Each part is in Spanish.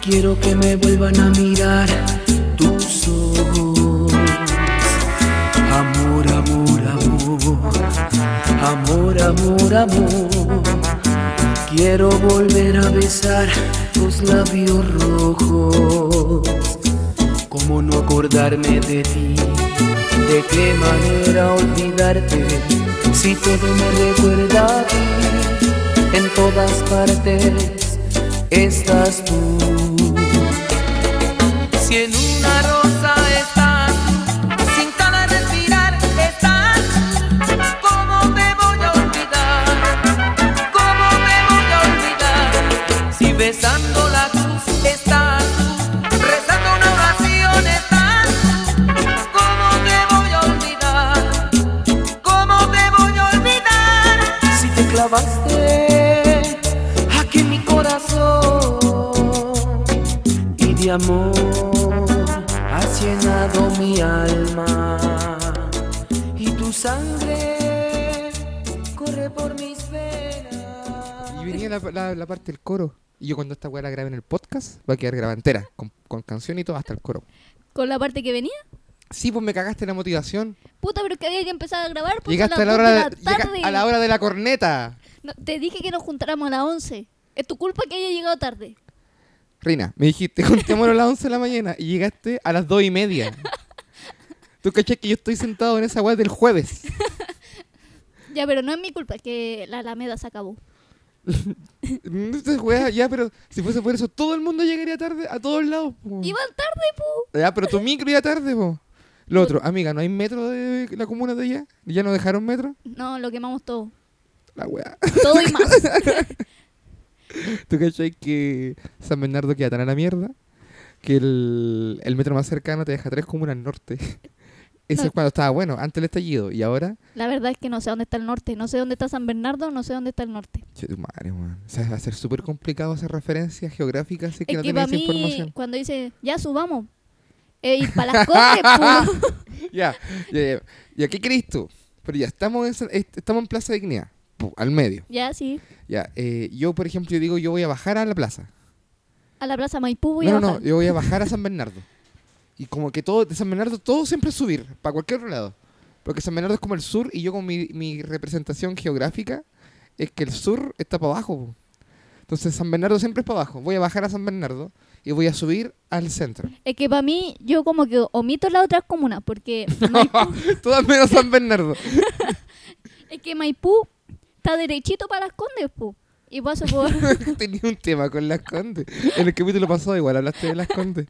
quiero que me vuelvan a mirar tus ojos. Amor, amor, amor, amor, amor, amor. Quiero volver a besar tus labios rojos. ¿Cómo no acordarme de ti? ¿De qué manera olvidarte? Si todo me recuerda a ti, en todas partes estás tú. Si en una rosa estás, sin cada respirar estás, ¿cómo te voy a olvidar? ¿Cómo te voy a olvidar? Si besando la cruz estás, rezando una oración estás, ¿cómo te voy a olvidar? ¿Cómo te voy a olvidar? Si te clavaste aquí en mi corazón y de amor has llenado mi alma y tu sangre corre por mis venas. Y venía la, la- la parte del coro. Y yo cuando esta weá la grabe en el podcast, va a quedar grabada entera, con, con canción y todo, hasta el coro. ¿Con la parte que venía? Sí, pues me cagaste la motivación. Puta, pero es que había que empezar a grabar. pues, Llegaste a son la, las hora dos de- de la llega- tarde. a la hora de la corneta. No, te dije que nos juntáramos a las 11. Es tu culpa que haya llegado tarde. Reina, me dijiste, juntémonos a las 11 de la mañana y llegaste a las 2 y media. Tú caché que yo estoy sentado en esa weá del jueves. Ya, pero no es mi culpa, es que la Alameda se acabó. Mm, Esas weas, ya, pero si fuese por eso, todo el mundo llegaría tarde a todos lados. po. Iban tarde, pu. Ya, pero tu micro ya tarde, po. Lo otro, amiga, ¿no hay metro de la comuna de allá? ¿Ya no dejaron metro? No, lo quemamos todo. La wea. Todo y más. ¿Tú cachai que San Bernardo queda tan a la mierda que el, el metro más cercano te deja tres comunas norte? Eso No. es cuando estaba bueno, antes del estallido. Y ahora, La verdad es que no sé dónde está el norte. No sé dónde está San Bernardo, no sé dónde está el norte. che, tu madre, weón. O sea, va a ser súper complicado hacer referencias geográficas si es que Es no que para tenéis esa mí, información. cuando dice, ya subamos, eh, ir para las cosas, pu. Ya, ya, ya. ¿Y a qué crees tú? Pero ya, estamos en, San- est- estamos en Plaza Dignidad, pu, al medio. Ya, sí. Ya, eh, yo, por ejemplo, yo digo, yo voy a bajar a la plaza. A la plaza Maipú voy no, a no, bajar. no, yo voy a bajar a San Bernardo. Y como que todo, de San Bernardo todo siempre es subir, para cualquier otro lado. Porque San Bernardo es como el sur y yo con mi, mi representación geográfica es que el sur está para abajo. po. Entonces San Bernardo siempre es para abajo. Voy a bajar a San Bernardo y voy a subir al centro. Es que para mí, yo como que omito las otras comunas, porque Maipú- Todas menos San Bernardo. es que Maipú está derechito para las condes, pu. Y paso por... Tenía un tema con las Condes. En el capítulo pasado igual hablaste de las Condes.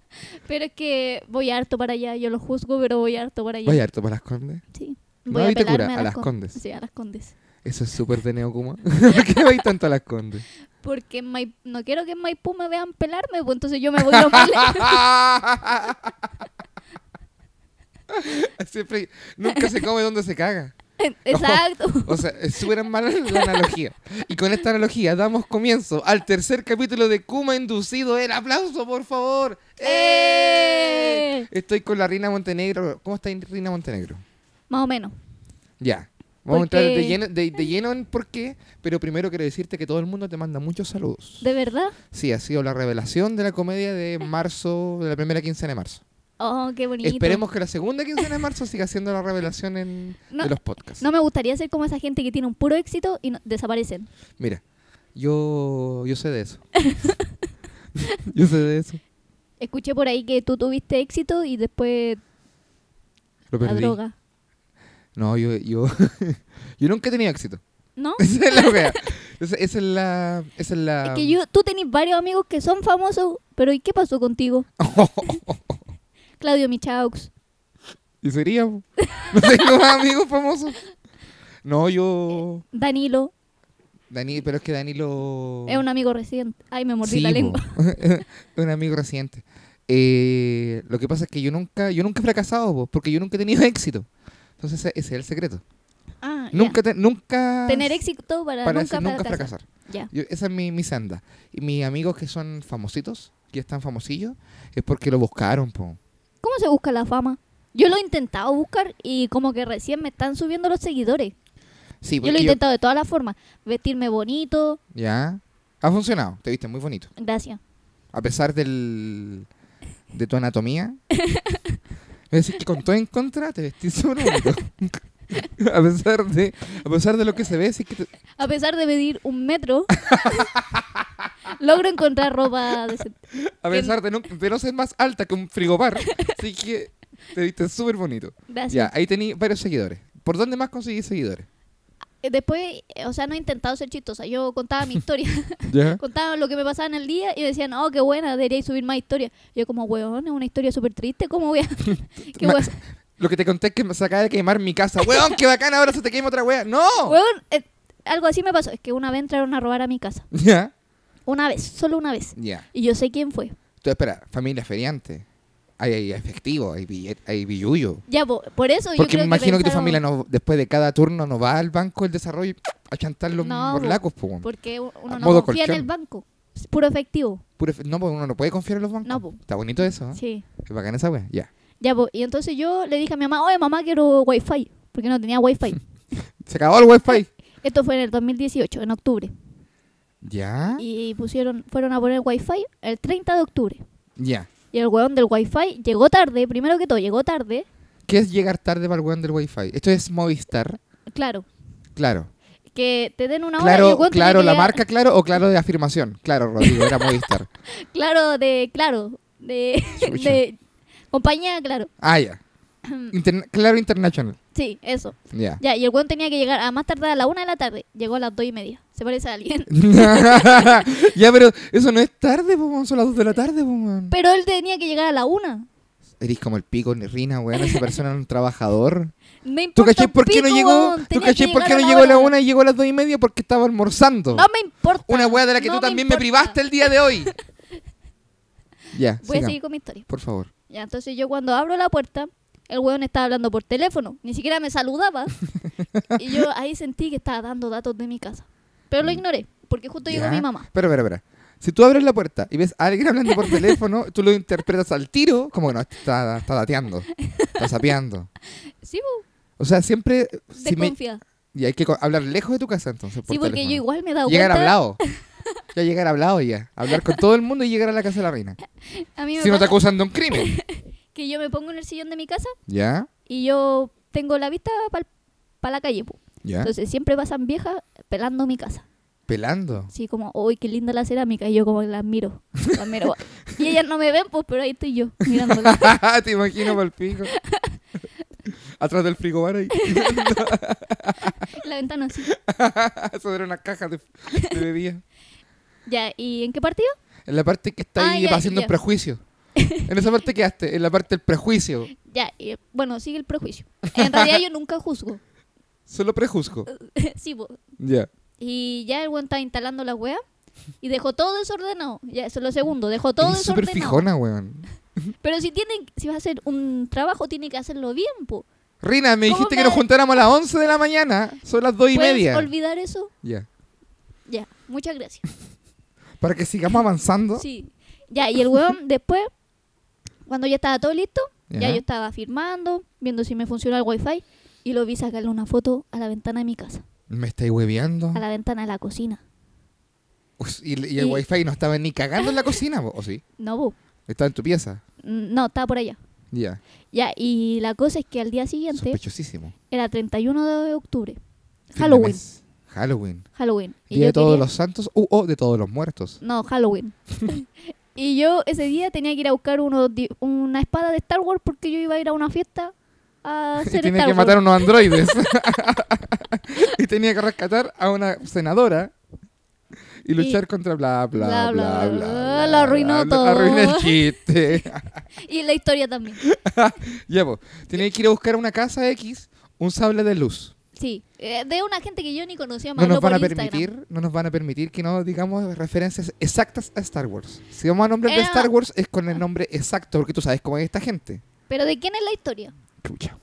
pero es que voy harto para allá, yo lo juzgo, pero voy harto para allá. Vaya harto para las Condes. Sí. No, Voy a ahí te pelarme cura, a, a las las con- Condes. Sí, a las condes. Eso es súper de Neocuma. ¿Por qué vais tanto a las Condes? Porque en Maip- no quiero que en Maipú me vean pelarme, pues entonces yo me voy a pelar. Siempre- nunca se come donde se caga. Exacto. O sea, es súper mala la analogía. Y con esta analogía damos comienzo al tercer capítulo de Kuma Inducido. El aplauso, por favor. ¡Eh! ¡Eh! Estoy con la Rina Montenegro. ¿Cómo está Rina Montenegro? Más o menos. Ya. Vamos a Porque- entrar de lleno, de- de lleno en por qué, pero primero quiero decirte que todo el mundo te manda muchos saludos. ¿De verdad? Sí, ha sido la revelación de la comedia de marzo, de la primera quincena de marzo. Oh, qué bonito. Esperemos que la segunda quincena de marzo siga siendo la revelación en, No, de los podcasts. No me gustaría ser como esa gente que tiene un puro éxito y no- desaparecen. Mira, yo, yo sé de eso. yo sé de eso. Escuché por ahí que tú tuviste éxito y después Lo la perdí. droga. No, yo, yo, yo nunca he tenido éxito. ¿No? Esa es la wea. Esa, esa es la... Esa es la... Es que yo, tú tenés varios amigos que son famosos, pero ¿y qué pasó contigo? Claudio Michaux. y sería... po. No tengo más amigos famosos. No, yo... Danilo Dani, pero es que Danilo... es un amigo reciente. Ay, me mordí Oh. Sí, la po. lengua. un amigo reciente. Eh, lo que pasa es que yo nunca, yo nunca he fracasado, po, porque yo nunca he tenido éxito. Entonces ese, ese es el secreto. Ah, ya. Nunca, te- nunca Tener éxito para, para nunca, decir nunca fracasar. fracasar. Ya. Yo- esa es mi, mi senda. Y mis amigos que son famositos, que están famosillos, es porque lo buscaron, po. ¿Cómo se busca la fama? Yo lo he intentado buscar y como que recién me están subiendo los seguidores. Sí, Yo porque lo he yo- intentado de todas las formas. Vestirme bonito. ya. Ha funcionado. Te viste muy bonito. Gracias. a pesar del, de tu anatomía. Es decir, que con todo en contra te vestís súper bonito. a, pesar de, a pesar de lo que se ve, sí que te- A pesar de medir un metro, logro encontrar ropa decente. a Que- pesar de no, de no ser más alta que un frigobar, sí que te viste súper bonito. Ya, Gracias. ahí tení varios seguidores. ¿Por dónde más conseguís seguidores? Eh, Después, eh, o sea, no he intentado ser chistosa. Yo contaba mi historia. ¿Ya? contaba lo que me pasaba en el día y me decían, oh, qué buena, deberíais subir más historias. Yo como, weón, es una historia súper triste, ¿cómo voy a...? qué Ma- weón, Lo que te conté es que se acaba de quemar mi casa. ¡Weón, qué bacán! Ahora se te quema otra wea. ¡No! weón, eh, algo así me pasó. Es que una vez entraron a robar a mi casa. Ya, Una vez, solo una vez. ya. Y yo sé quién fue. Entonces, espera, familia feriante. Hay, hay efectivo, hay billete, hay billuyo. Ya, po- por eso yo Porque creo me imagino que, tu pensaron- familia no, después de cada turno no va al banco del desarrollo a chantar los No, borlacos, po, weón. Porque uno A no modo confía en colchón. el banco. Es Puro efectivo. Puro efe- No, porque uno no puede confiar en los bancos. No, po. Está bonito eso, ¿eh? Sí. Es bacán esa wea. Ya. Ya, po, y entonces yo le dije a mi mamá, oye, mamá, quiero wifi. Porque no tenía wifi. Se acabó el wifi. Esto fue en el 2018, en octubre. Ya, Y pusieron, fueron a poner wifi el 30 de octubre. ya. Y el weón del wifi llegó tarde, primero que todo, llegó tarde. ¿Qué es llegar tarde para el weón del wifi? Esto es Movistar. Claro, Claro. que te den una hora. y el claro, weón tenía claro, que la llegar- marca, claro, o claro de afirmación. Claro, Rodrigo, era Movistar. Claro, de, claro, de, Chucha. de compañía, claro. Ah, ya. Interna- claro International. Sí, eso. Ya. Ya, y el weón tenía que llegar a más tardar a la una de la tarde. Llegó a las dos y media. Se parece a alguien. ya, pero eso no es tarde, po, weón, son las 2 de la tarde, po, weón. Pero él tenía que llegar a la una. Eres como el pico ni rina, weón. Esa persona era un trabajador. Me importa ¿Tú caché un por qué no pico, llegó? weón. ¿Tú Tenía caché que por qué llegar no llegó a la una y llegó a las dos y media? Porque estaba almorzando. No me importa. Una weá de la que no tú también me importa. privaste el día de hoy. ya, Voy a sigamos, seguir con mi historia. por favor. Ya, entonces yo cuando abro la puerta, el weón estaba hablando por teléfono, ni siquiera me saludaba. y yo ahí sentí que estaba dando datos de mi casa. Pero lo ignoré, porque justo llegó Mm. Ya. mi mamá. Espera, espera, espera. Si tú abres la puerta y ves a alguien hablando por teléfono, tú lo interpretas al tiro como que no, este está, está dateando, está sapeando. Sí, bu, O sea, siempre... si me- desconfía. y hay que co- hablar lejos de tu casa entonces. por sí, porque teléfono. yo igual me he dado Llegar cuenta. hablado. Ya llegar hablado ya. Hablar con todo el mundo y llegar a la casa de la reina. A mí me Si no te pasa acusan de un crimen. que yo me pongo en el sillón de mi casa ¿Ya? y yo tengo la vista para la calle. bu. ¿Ya? Entonces siempre pasan viejas pelando mi casa. Pelando. Así como, uy, qué linda la cerámica. Y yo como que las miro. Las miro. y ellas no me ven, pues, pero ahí estoy yo mirándolas. te imagino pal pico. Atrás del frigobar ahí. la ventana así. Eso era una caja de, de bebida. Ya, ¿y en qué partido? En la parte que está Ah, ahí ya, haciendo ya. el prejuicio. En esa parte quedaste, en la parte del prejuicio. Ya, y, bueno, sigue el prejuicio. En realidad yo nunca juzgo. Solo prejuzgo. Uh, sí, po. Ya. Y ya el weón estaba instalando la wea y dejó todo desordenado. Ya, eso es lo segundo, dejó todo Es súper desordenado. fijona, weón. Pero si tienen, si vas a hacer un trabajo, tiene que hacerlo bien, po. Rina, me ¿Cómo dijiste que me- nos juntáramos a las 11 de la mañana. Son las 2 y ¿Puedes media. olvidar eso? Ya. Ya, muchas gracias. Para que sigamos avanzando. Sí. Ya, y el weón después, cuando ya estaba todo listo, ya Ya. yo estaba firmando, viendo si me funciona el wifi, y lo vi sacarle una foto a la ventana de mi casa, Me estáis hueveando. a la ventana de la cocina. Us- Y, y el Y- wifi no estaba ni cagando en la cocina, po, ¿o sí? No, po. Estaba en tu pieza. Mm, No, estaba por allá. Ya. Ya, y la cosa es que al día siguiente Sospechosísimo. era 31 de octubre. Fin de Halloween. mes. Halloween. Halloween. Y Día yo de todos quería- los santos. Uh, oh, de todos los muertos. No, Halloween. y yo ese día tenía que ir a buscar uno, di- una espada de Star Wars porque yo iba a ir a una fiesta a Y hacer tenía Star que Wars. matar a unos androides. y tenía que rescatar a una senadora. Y luchar contra bla bla bla Bla, bla bla, bla. bla, bla, lo arruinó bla, todo. Arruiné el chiste. Y la historia también. ya, po. Tenía que ir a buscar a una casa X, un sable de luz. Sí. Eh, de una gente que yo ni conocía, No me nos habló por van a Instagram. permitir, no nos van a permitir que no digamos referencias exactas a Star Wars. Si vamos a nombrar de Era- Star Wars es con el nombre exacto, porque tú sabes cómo es esta gente. Pero ¿de quién es la historia? Chucha.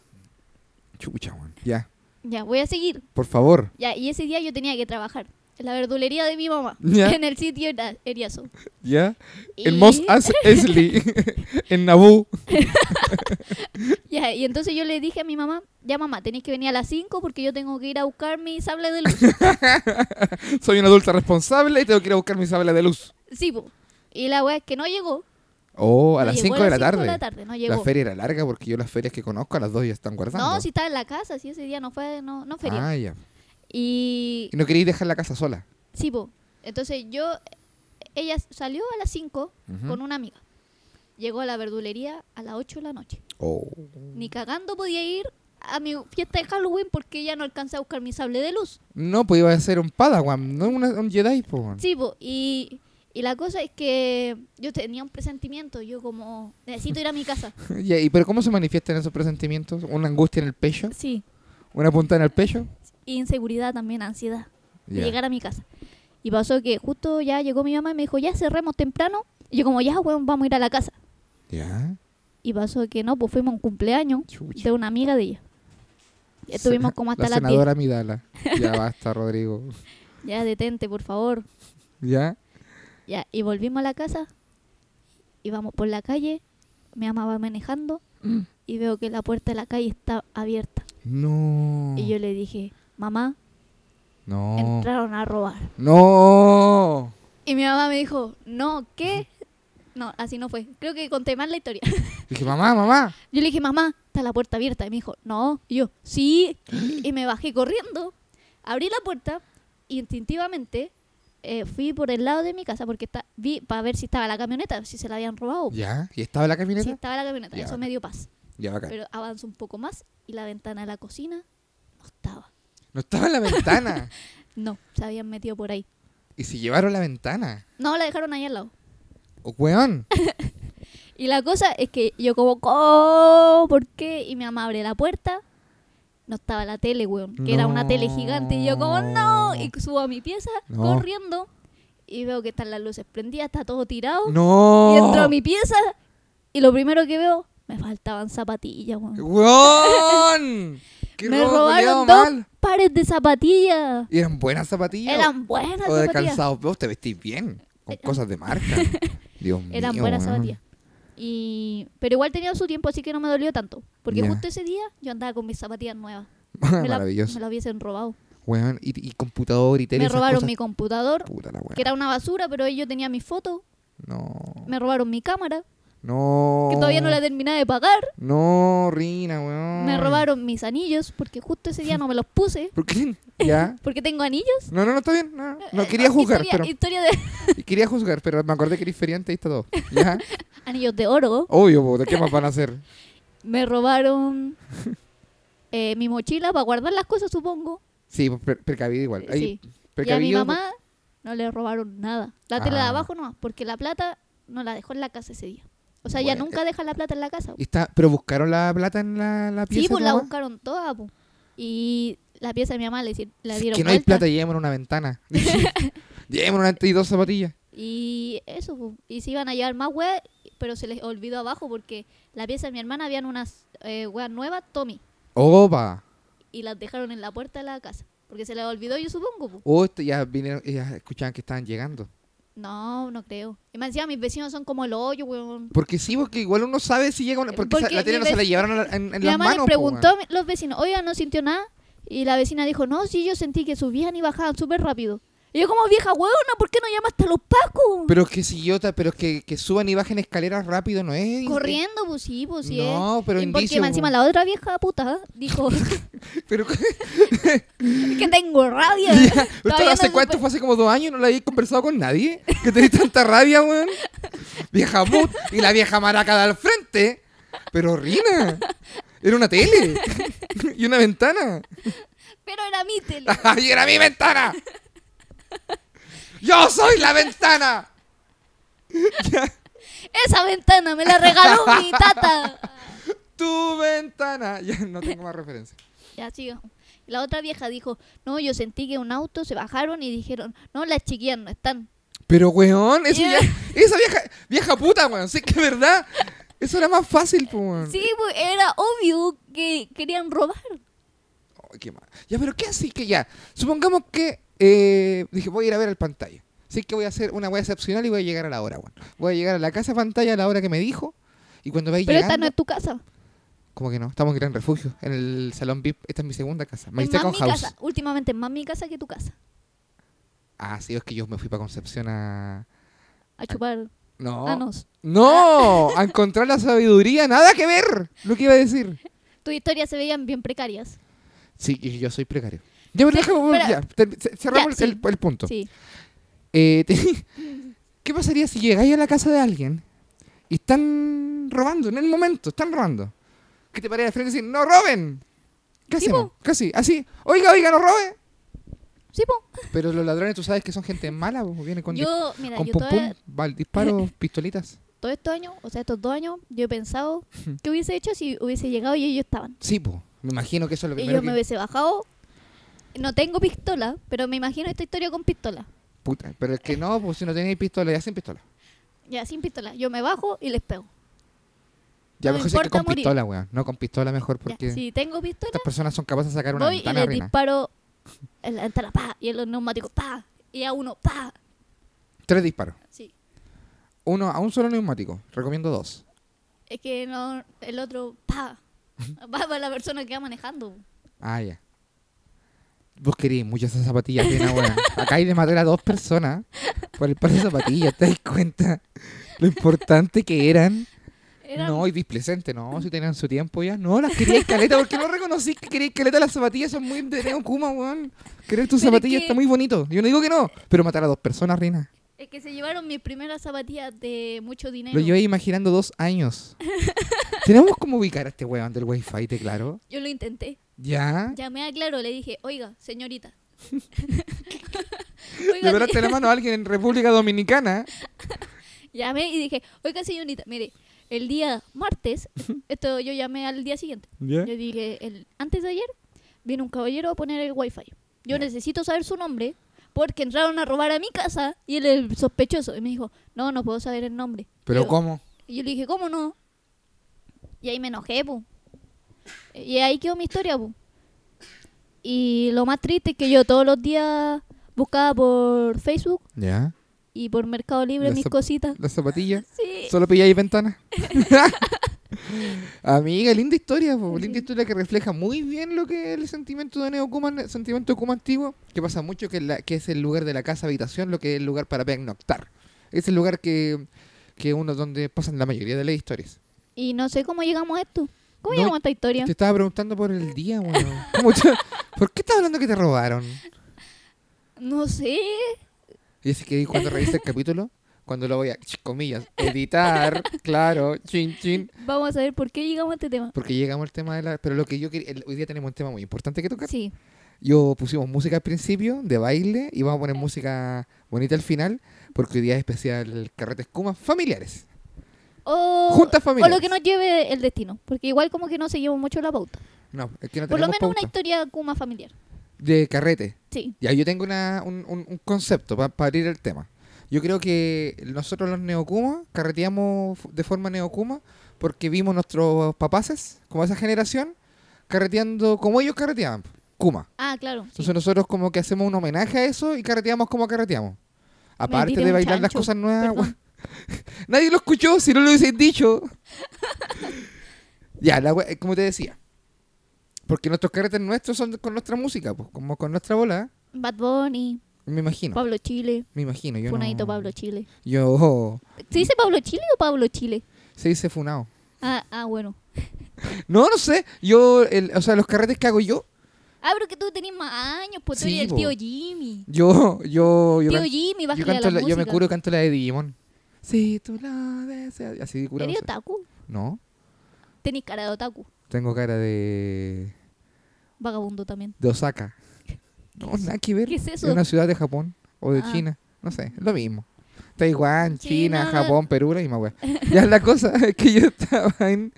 Chucha, weón. Ya, Ya, voy a seguir. por favor. Ya, y ese día yo tenía que trabajar en la verdulería de mi mamá, Ya. en el sitio era- Eriazo. Ya. En Y- Mos As- Eisley, en Naboo. Ya, y entonces yo le dije a mi mamá, ya mamá, tenéis que venir a las 5 porque yo tengo que ir a buscar mi sable de luz. Soy una adulta responsable y tengo que ir a buscar mi sable de luz. sí, po. Y la weá es que no llegó. Oh, a No las llegó 5 de la cinco tarde. no llegó. La feria era larga porque yo las ferias que conozco a las 2 ya están guardando. no, si estaba en la casa, si ese día no fue, no, no feria. Ah, ya. Y Y no queréis dejar la casa sola. sí, po. Entonces yo, ella salió a las 5 Ujú. con una amiga. Llegó a la verdulería a las 8 de la noche. Oh. Ni cagando podía ir a mi fiesta de Halloween porque ya no alcancé a buscar mi sable de luz. No, pues iba a ser un Padawan, no una- un Jedi, pues. weón. Sí, po, y, y la cosa es que yo tenía un presentimiento, yo como, necesito ir a mi casa. Ya, ¿Y pero cómo se manifiestan esos presentimientos? ¿Una angustia en el pecho? Sí, ¿Una punta en el pecho? y inseguridad también, ansiedad de Ya. llegar a mi casa. Y pasó que justo ya llegó mi mamá y me dijo, ya cerremos temprano. Y yo como, ya, weón, vamos a ir a la casa. Ya. Y pasó que no, pues fuimos a un cumpleaños Chucha. de una amiga de ella. Y Estuvimos como hasta la las 10. senadora Midala. Ya basta, Rodrigo. Ya, detente, por favor. ¿Ya? Ya, y volvimos a la casa. Íbamos por la calle. Mi mamá va manejando. Y veo que la puerta de la calle está abierta. No. Y yo le dije, mamá, Mm. No. entraron a robar. No. Y mi mamá me dijo, no, ¿qué? No, así no fue. Creo que conté mal la historia. Dije, mamá, mamá. Yo le dije, mamá, está la puerta abierta. Y me dijo, no. Y yo, sí. Y me bajé corriendo, abrí la puerta y instintivamente eh, fui por el lado de mi casa porque está, vi para ver si estaba la camioneta, si se la habían robado. ¿Ya? ¿Y estaba la Si camioneta? estaba la camioneta, Ya, eso bacán. me dio paz. Ya, bacán. Pero avanzo un poco más y la ventana de la cocina no estaba. No estaba en la ventana. No, se habían metido por ahí. y se llevaron la ventana. No, la dejaron ahí al lado. Oh, weón. Y la cosa es que yo como, "Co- ¿por qué? Y mi mamá abre la puerta. No estaba la tele, weón. Que era una tele gigante. Y yo como, no. Y subo a mi pieza No. corriendo. Y veo que están las luces prendidas, está todo tirado. No. Y entro a mi pieza. Y lo primero que veo, me faltaban zapatillas, weón. ¡Weón! ¡Qué Me robo culiao robaron dos mal! pares de zapatillas. ¿Y eran buenas zapatillas? Eran buenas O de zapatillas. calzado. Vos te vestís bien. Con cosas de marca. Dios mío. Eran buenas weón. zapatillas. Y... Pero igual tenía su tiempo, así que no me dolió tanto. Porque Ya. justo ese día yo andaba con mis zapatillas nuevas. Me la- Maravilloso. Me lo hubiesen robado. Weón, y, y computador y tele. Me esas robaron cosas. mi computador, Puta la weón. que era una basura, pero ahí yo tenía mis fotos. No. Me robaron mi cámara, No. que todavía no Oh. la terminé de pagar. No, Rina, weón. Me robaron mis anillos, porque justo ese día no me los puse. ¿Por qué? ¿Ya? Porque tengo anillos. No, no, no, está bien. No, no Eh, quería eh, juzgar, historia, eh. pero. historia de Quería juzgar, pero me acordé que eres feriante y está todo. ¿Ya? anillos de oro. Obvio, po, ¿de qué más van a hacer? Me robaron eh, mi mochila para guardar las cosas, supongo. Sí, pues, pre- precavido igual. Eh, Ay, sí. Y a mi precavido, mamá no le robaron nada. La tele de Ah. abajo no, porque la plata no la dejó en la casa ese día. O sea, ella Bueno, eh, nunca deja la plata en la casa. y está, pero buscaron la plata en la, la pieza. Sí, pues de la mamá? buscaron toda, po. Y la pieza de mi mamá le, hici- la Si es dieron que no hay vuelta. plata, llevémonos una ventana. llevémonos una y dos zapatillas. Y eso, po. Y se iban a llevar más weas, pero se les olvidó abajo porque la pieza de mi hermana habían unas eh, weas nuevas, Tommy. Opa. Y las dejaron en la puerta de la casa. Porque se les olvidó, yo supongo, pues. po. Oh, esto ya vinieron, ya escuchaban que estaban llegando. No, no creo. Y me decían, mis vecinos son como el hoyo, weón. Porque sí, porque igual uno sabe si llega una. Porque, esa- Porque la tele no mi se la vec- llevaron a la- en, en mi las mamá manos. pues, les po, preguntó a los vecinos, oiga, ¿no sintió nada? Y la vecina dijo, no, sí, yo sentí que subían y bajaban súper rápido. Y yo como, vieja huevona, ¿por qué no llamaste a los pacos? Pero es que si yo, ta- pero es que, que suban y bajen escaleras rápido, ¿no es? Corriendo, pues sí, pues sí. es. No, pero Y porque indicios, más encima po. la otra vieja puta dijo Pero que tengo rabia. ya, ¿Usted Todavía hace no cuánto? supe. ¿Fue hace como dos años? ¿No la habéis conversado con nadie? ¿Que tenéis tanta rabia, weón? Vieja put y la vieja maraca de al frente. Pero Rina, era una tele y una ventana. Pero era mi tele. ¡Y era mi ventana! ¡Yo soy la ventana! Esa ventana me la regaló mi tata. ¡Tu ventana! Ya no tengo más referencia. Ya sigamos. Y La otra vieja dijo, no, yo sentí que un auto se bajaron y dijeron, no, las chiquillas no están. Pero, weón, eso Yeah. ya- esa vieja, vieja puta, weón. Sí, que es verdad. Eso era más fácil, po, weón. Sí, pues era obvio que querían robar. Ay, qué mal. Ya, pero ¿qué así que ya? Supongamos que eh, dije, voy a ir a ver el pantalla. Así que voy a hacer una wea excepcional y voy a llegar a la hora, weón. Voy a llegar a la casa pantalla a la hora que me dijo. Y cuando vais Pero esta llegando, no es tu casa. como que no, estamos en Gran Refugio, en el salón VIP. Esta es mi segunda casa. My Es más second mi house. casa. Últimamente es más mi casa que tu casa. Ah, Oh. sí, es que yo me fui para Concepción a. A chupar No. Anos. No, a encontrar la sabiduría, nada que ver lo que iba a decir. Tus historias se veían bien precarias. Sí, y yo soy precario. Ya, pero Pero- dejamos- pero- ya, ter- ce- cerramos Ya, el, sí. el punto. Sí. Eh, te- ¿Qué pasaría si llegáis a la casa de alguien y están robando en el momento? Están robando. ¿Qué te parece de frente y decir, no roben? ¿Qué Sí, po. hacemos? Casi, así. Oiga, oiga, no robe. Sí, po. Pero los ladrones, tú sabes que son gente mala, po, vienen con, dis- Yo, mira, con yo pum todavía- pum, bal- disparos, pistolitas. todos estos años, o sea, estos dos años, yo he pensado qué hubiese hecho si hubiese llegado y ellos estaban. Sí, po. Me imagino que eso es lo Y primero yo que... me hubiese bajado. No tengo pistola, pero me imagino esta historia con pistola. Puta, pero es que no, pues si no tenéis pistola, ya sin pistola. Ya, sin pistola. Yo me bajo y les pego. Ya No me mejor sí que importa con morir. pistola, weón. No con pistola mejor Ya, porque si tengo pistola, estas personas son capaces de sacar una voy y ventana les reina. disparo en la ventana, pa, y en los neumáticos, pa, y a uno, pa. Tres disparos. Sí. Uno a un solo neumático. Recomiendo dos. Es que no, el otro, pa. Va para la persona que va manejando. Ah, ya. Vos querís muchas esas zapatillas llenas, weón. Acá hay de matar a dos personas por el par de zapatillas, ¿te das cuenta? Lo importante que eran. Era- No, y displicente, no, si tenían su tiempo ya. No, las querías caleta, porque no reconocí que querías caleta las zapatillas, son muy de Neo Kuma, weón. Querer tus Pero es zapatillas que- está muy bonito. Yo no digo que no, pero matar a dos personas, reina. Es que se llevaron mis primeras zapatillas de mucho dinero. Lo llevé imaginando dos años. Tenemos como ubicar a este weón del wifi, te claro. Yo lo intenté. Ya. Llamé a Claro, le dije, oiga, señorita. Le oiga, doraste la mano a alguien en República Dominicana. Llamé y dije, oiga señorita, mire, el día martes, esto yo llamé al día siguiente. Ya. Yo dije, el, antes de ayer, vino un caballero a poner el wifi. Yo necesito saber su nombre porque entraron a robar a mi casa y él es el sospechoso. Y me dijo, no, no puedo saber el nombre. Pero yo, ¿cómo? y yo le dije, ¿cómo no? Y ahí me enojé, pu. Y ahí quedó mi historia, pu. Y lo más triste es que yo todos los días buscaba por Facebook Ya. y por Mercado Libre Las mis zap- cositas. Las zapatillas. Sí. Solo pilláis ventanas. Amiga, linda historia, po, linda historia que refleja muy bien lo que es el sentimiento de Neo Kuman, el sentimiento Kuma antiguo, que pasa mucho que, la- que es el lugar de la casa habitación, lo que es el lugar para pernoctar. Es el lugar que, que uno donde pasan la mayoría de las historias. Y no sé cómo llegamos a esto. ¿Cómo No, llegamos a esta historia? Te estaba preguntando por el día, weón. ¿Cómo te- ¿Por qué estás hablando que te robaron? No sé. Y así que ahí cuando revisé el capítulo, cuando lo voy a, ch, comillas, editar, claro, chin, chin. Vamos a ver por qué llegamos a este tema. Porque llegamos al tema de la... Pero lo que yo quería... el- Hoy día tenemos un tema muy importante que tocar. Sí. Yo pusimos música al principio, de baile, y vamos a poner música bonita al final, porque hoy día es especial Carretes Kuma familiares. O, Juntas o familiares. lo que nos lleve el destino. Porque igual como que no seguimos mucho la pauta. No, es que no por lo Ah, tenemos menos una pauta. historia Kuma familiar. De carrete. Sí. Ya, yo tengo una- un, un- un concepto para abrir el tema. Yo creo que nosotros los neocumas carreteamos f- de forma neocuma porque vimos nuestros papaces, como esa generación, carreteando como ellos carreteaban, Kuma. Ah, claro. sí. Entonces nosotros como que hacemos un homenaje a eso y carreteamos como carreteamos. Aparte tiré de un bailar las chancho, cosas nuevas. perdón. weón. Nadie lo escuchó si no lo hubiesen dicho. ya, la we- eh, como te decía. Porque nuestros carretes nuestros son con nuestra música, pues, como con nuestra bola. Bad Bunny, Me imagino. Pablo Chile. Me imagino, yo Funadito no- Pablo Chile. Yo... ¿Se dice Pablo Chile o Pablo Chile? Se dice funao. Ah, ah, bueno. No, no sé. Yo, el- o sea, los carretes que hago yo, Ah, pero que tú tenés más años, pues tú Sí, eres po. el tío Jimmy. yo, yo, yo, tío can- Jimmy, yo, bájale a canto la la- yo me música. curo y canto la de Digimon. Si tú lo deseas. Así cura. ¿Eres otaku? No, Tenés cara de otaku. tengo cara de, Vagabundo también. de Osaka. No, nada que ver. ¿Qué es eso? una ciudad de Japón o de Ah. China. No sé, es lo mismo. Taiwán, Sí, China, no, no. Japón, Perú, la misma wea. Ya la cosa es que yo estaba en,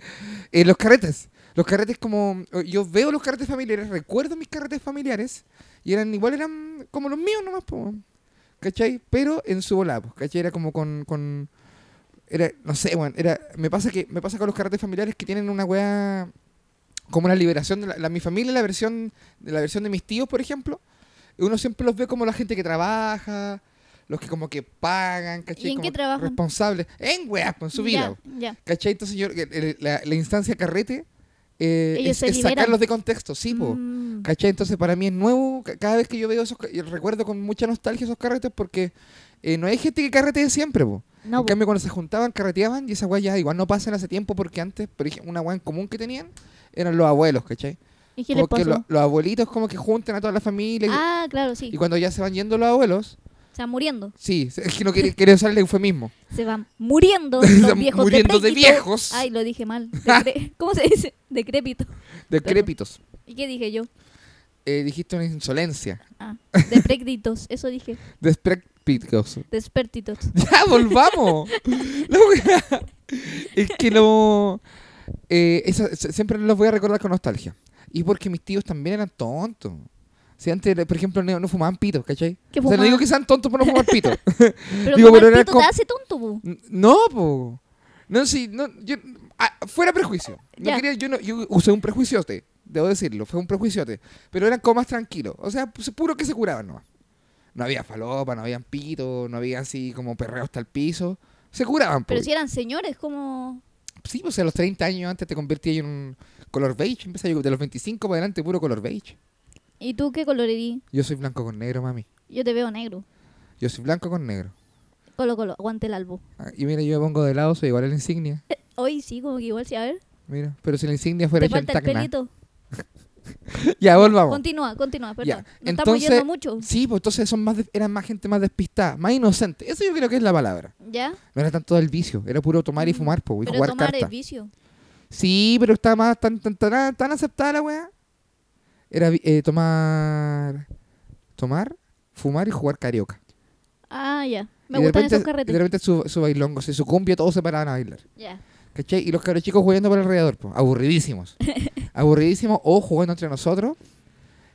en los carretes. Los carretes como... Yo veo los carretes familiares, recuerdo mis carretes familiares y eran igual, eran como los míos nomás, po, weón. ¿cachai? Pero en su volada, po, ¿cachai? Era como con... con era, no sé, weón, era, me pasa que me pasa con los carretes familiares que tienen una wea como la liberación de la, la- mi familia, la versión de la versión de mis tíos, por ejemplo, uno siempre los ve como la gente que trabaja, los que como que pagan, ¿cachai? ¿Y en Como qué trabajan? Responsables. En weas, pues, en su vida. Ya, ya. ¿Cachai? Entonces yo, el- el- la, la instancia carrete eh, Ellos es, se es liberan. sacarlos de contexto, sí, po. Mm. ¿Cachai? Entonces para mí es nuevo, ca- cada vez que yo veo esos, ca- y recuerdo con mucha nostalgia esos carretes porque eh, no hay gente que carretee siempre, po. No, en po. cambio, cuando se juntaban, carreteaban y esa weá ya igual no pasan hace tiempo porque antes, por ejemplo, una weá en común que tenían eran los abuelos, ¿cachai? ¿Y qué les como que pasó? lo- los abuelitos como que juntan a toda la familia y- Ah, claro, sí. y cuando ya se van yendo los abuelos, Se van muriendo. sí, se- es que no quería, quería usar el eufemismo. Se van muriendo los Se van viejos muriendo de decrépitos. viejos. Ay, lo dije mal. Decre- ¿Cómo se dice? Decrépito. Decrépitos. ¿Y qué dije yo? Eh, dijiste una insolencia. Ah, decrépitos. Eso dije. Desprépitos. Despertitos. Ya, volvamos. La wea- es que lo. eh, esa- se- siempre los voy a recordar con nostalgia. Y porque mis tíos también eran tontos. Si antes, por ejemplo, no, no fumaban pitos, ¿cachai? ¿Qué O sea, no fumaban? digo que sean tontos por no fumar pitos. Pero Digo, como pero el era pito como- te hace tonto, bu. N- No, po. No, sí, no, yo, ah, fuera prejuicio. No Ya. quería, yo, no, yo usé un prejuiciote, debo decirlo, fue un prejuiciote. Pero eran como más tranquilos. O sea, pues, puro que se curaban nomás. No había falopa, no habían pito, no había así como perreo hasta el piso. Se curaban, po. Pero si eran señores, como... Sí, pues a los 30 años antes te convertí en un color beige. Empecé yo de los 25 para adelante, puro color beige. ¿Y tú qué color eres? Yo soy blanco con negro, mami. Yo te veo negro. Yo soy blanco con negro. Colo, colo, aguante el albo. Ah, Y mira, yo me pongo de lado, soy igual a la insignia. Hoy sí, como que igual sí, a ver. Mira, pero si la insignia fuera Te hecha en falta el Tacna. pelito. Ya, volvamos. Continúa, continúa, perdón. Ya, No estamos entonces- yendo mucho. Sí, pues entonces son más de- eran más gente más despistada, más inocente. Eso yo creo que es la palabra. ¿Ya? No era tanto del vicio, era puro tomar y fumar, po, y Mm. Pero jugar tomar es cartas. vicio. Sí, pero estaba más tan, tan, tan, tan aceptada la weá. Era vi- eh, tomar. Tomar, fumar y jugar carioca. Ah, ya. Me Y de gustan repente- esos y carretes. De repente su, su bailongo, se su cumbia, todos se paraban a bailar. Ya. ¿Cachai? Y los cabros chicos jugando por alrededor, po, aburridísimos. aburridísimos, o jugando entre nosotros,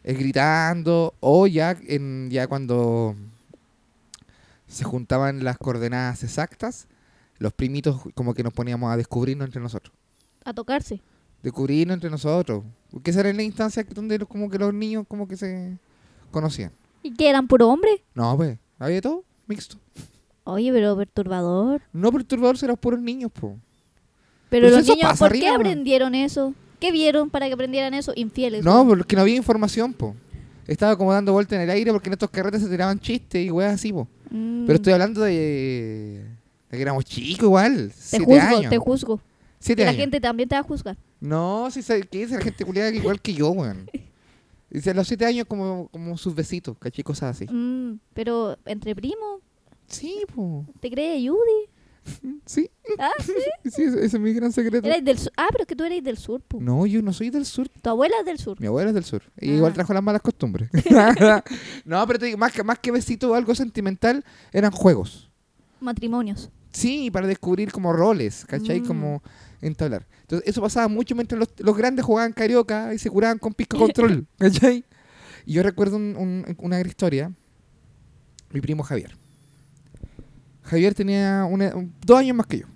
eh, gritando, o ya, en, ya cuando se juntaban las coordenadas exactas, los primitos como que nos poníamos a descubrirnos entre nosotros. A tocarse. Descubrirnos entre nosotros. Porque esa era la instancia que- donde los- como que los niños como que se conocían. ¿Y que eran puro hombre? No, pues, había de todo, mixto. Oye, pero perturbador. No perturbadores eran puros niños, po. Pero Pues los eso niños, pasa ¿por qué arriba, ¿no? aprendieron eso? ¿Qué vieron para que aprendieran eso? Infieles. pues. No, weón. porque no había información, po. Estaba como dando vuelta en el aire porque en estos carretes se tiraban chistes y weas así, po. Mm, Pero estoy hablando de, de que éramos chicos igual. Te Siete juzgo, años. te juzgo. Siete Que la años. gente también te va a juzgar. No, si se que es la gente culiada igual que yo, weón. Dice, a los siete años como, como sus besitos, caché cosas así. Mm, pero entre primos, Sí, po. ¿te crees Judy? Sí, Ah, sí. sí, ese, ese es mi gran secreto. Erais del sur. Ah, pero es que tú eres del sur, po. No, yo no soy del sur. Tu abuela es del sur. Mi abuela es del sur. Y Ah. igual trajo las malas costumbres. no, pero te digo, más que, más que besito o algo sentimental, eran juegos. Matrimonios. Sí, para descubrir como roles, ¿cachai? Mm. Como entablar. Entonces, eso pasaba mucho mientras los, los grandes jugaban carioca y se curaban con pisco control, ¿cachai? Y yo recuerdo un- un- una gran historia. Mi primo Javier. Javier tenía una- un- dos años más que yo.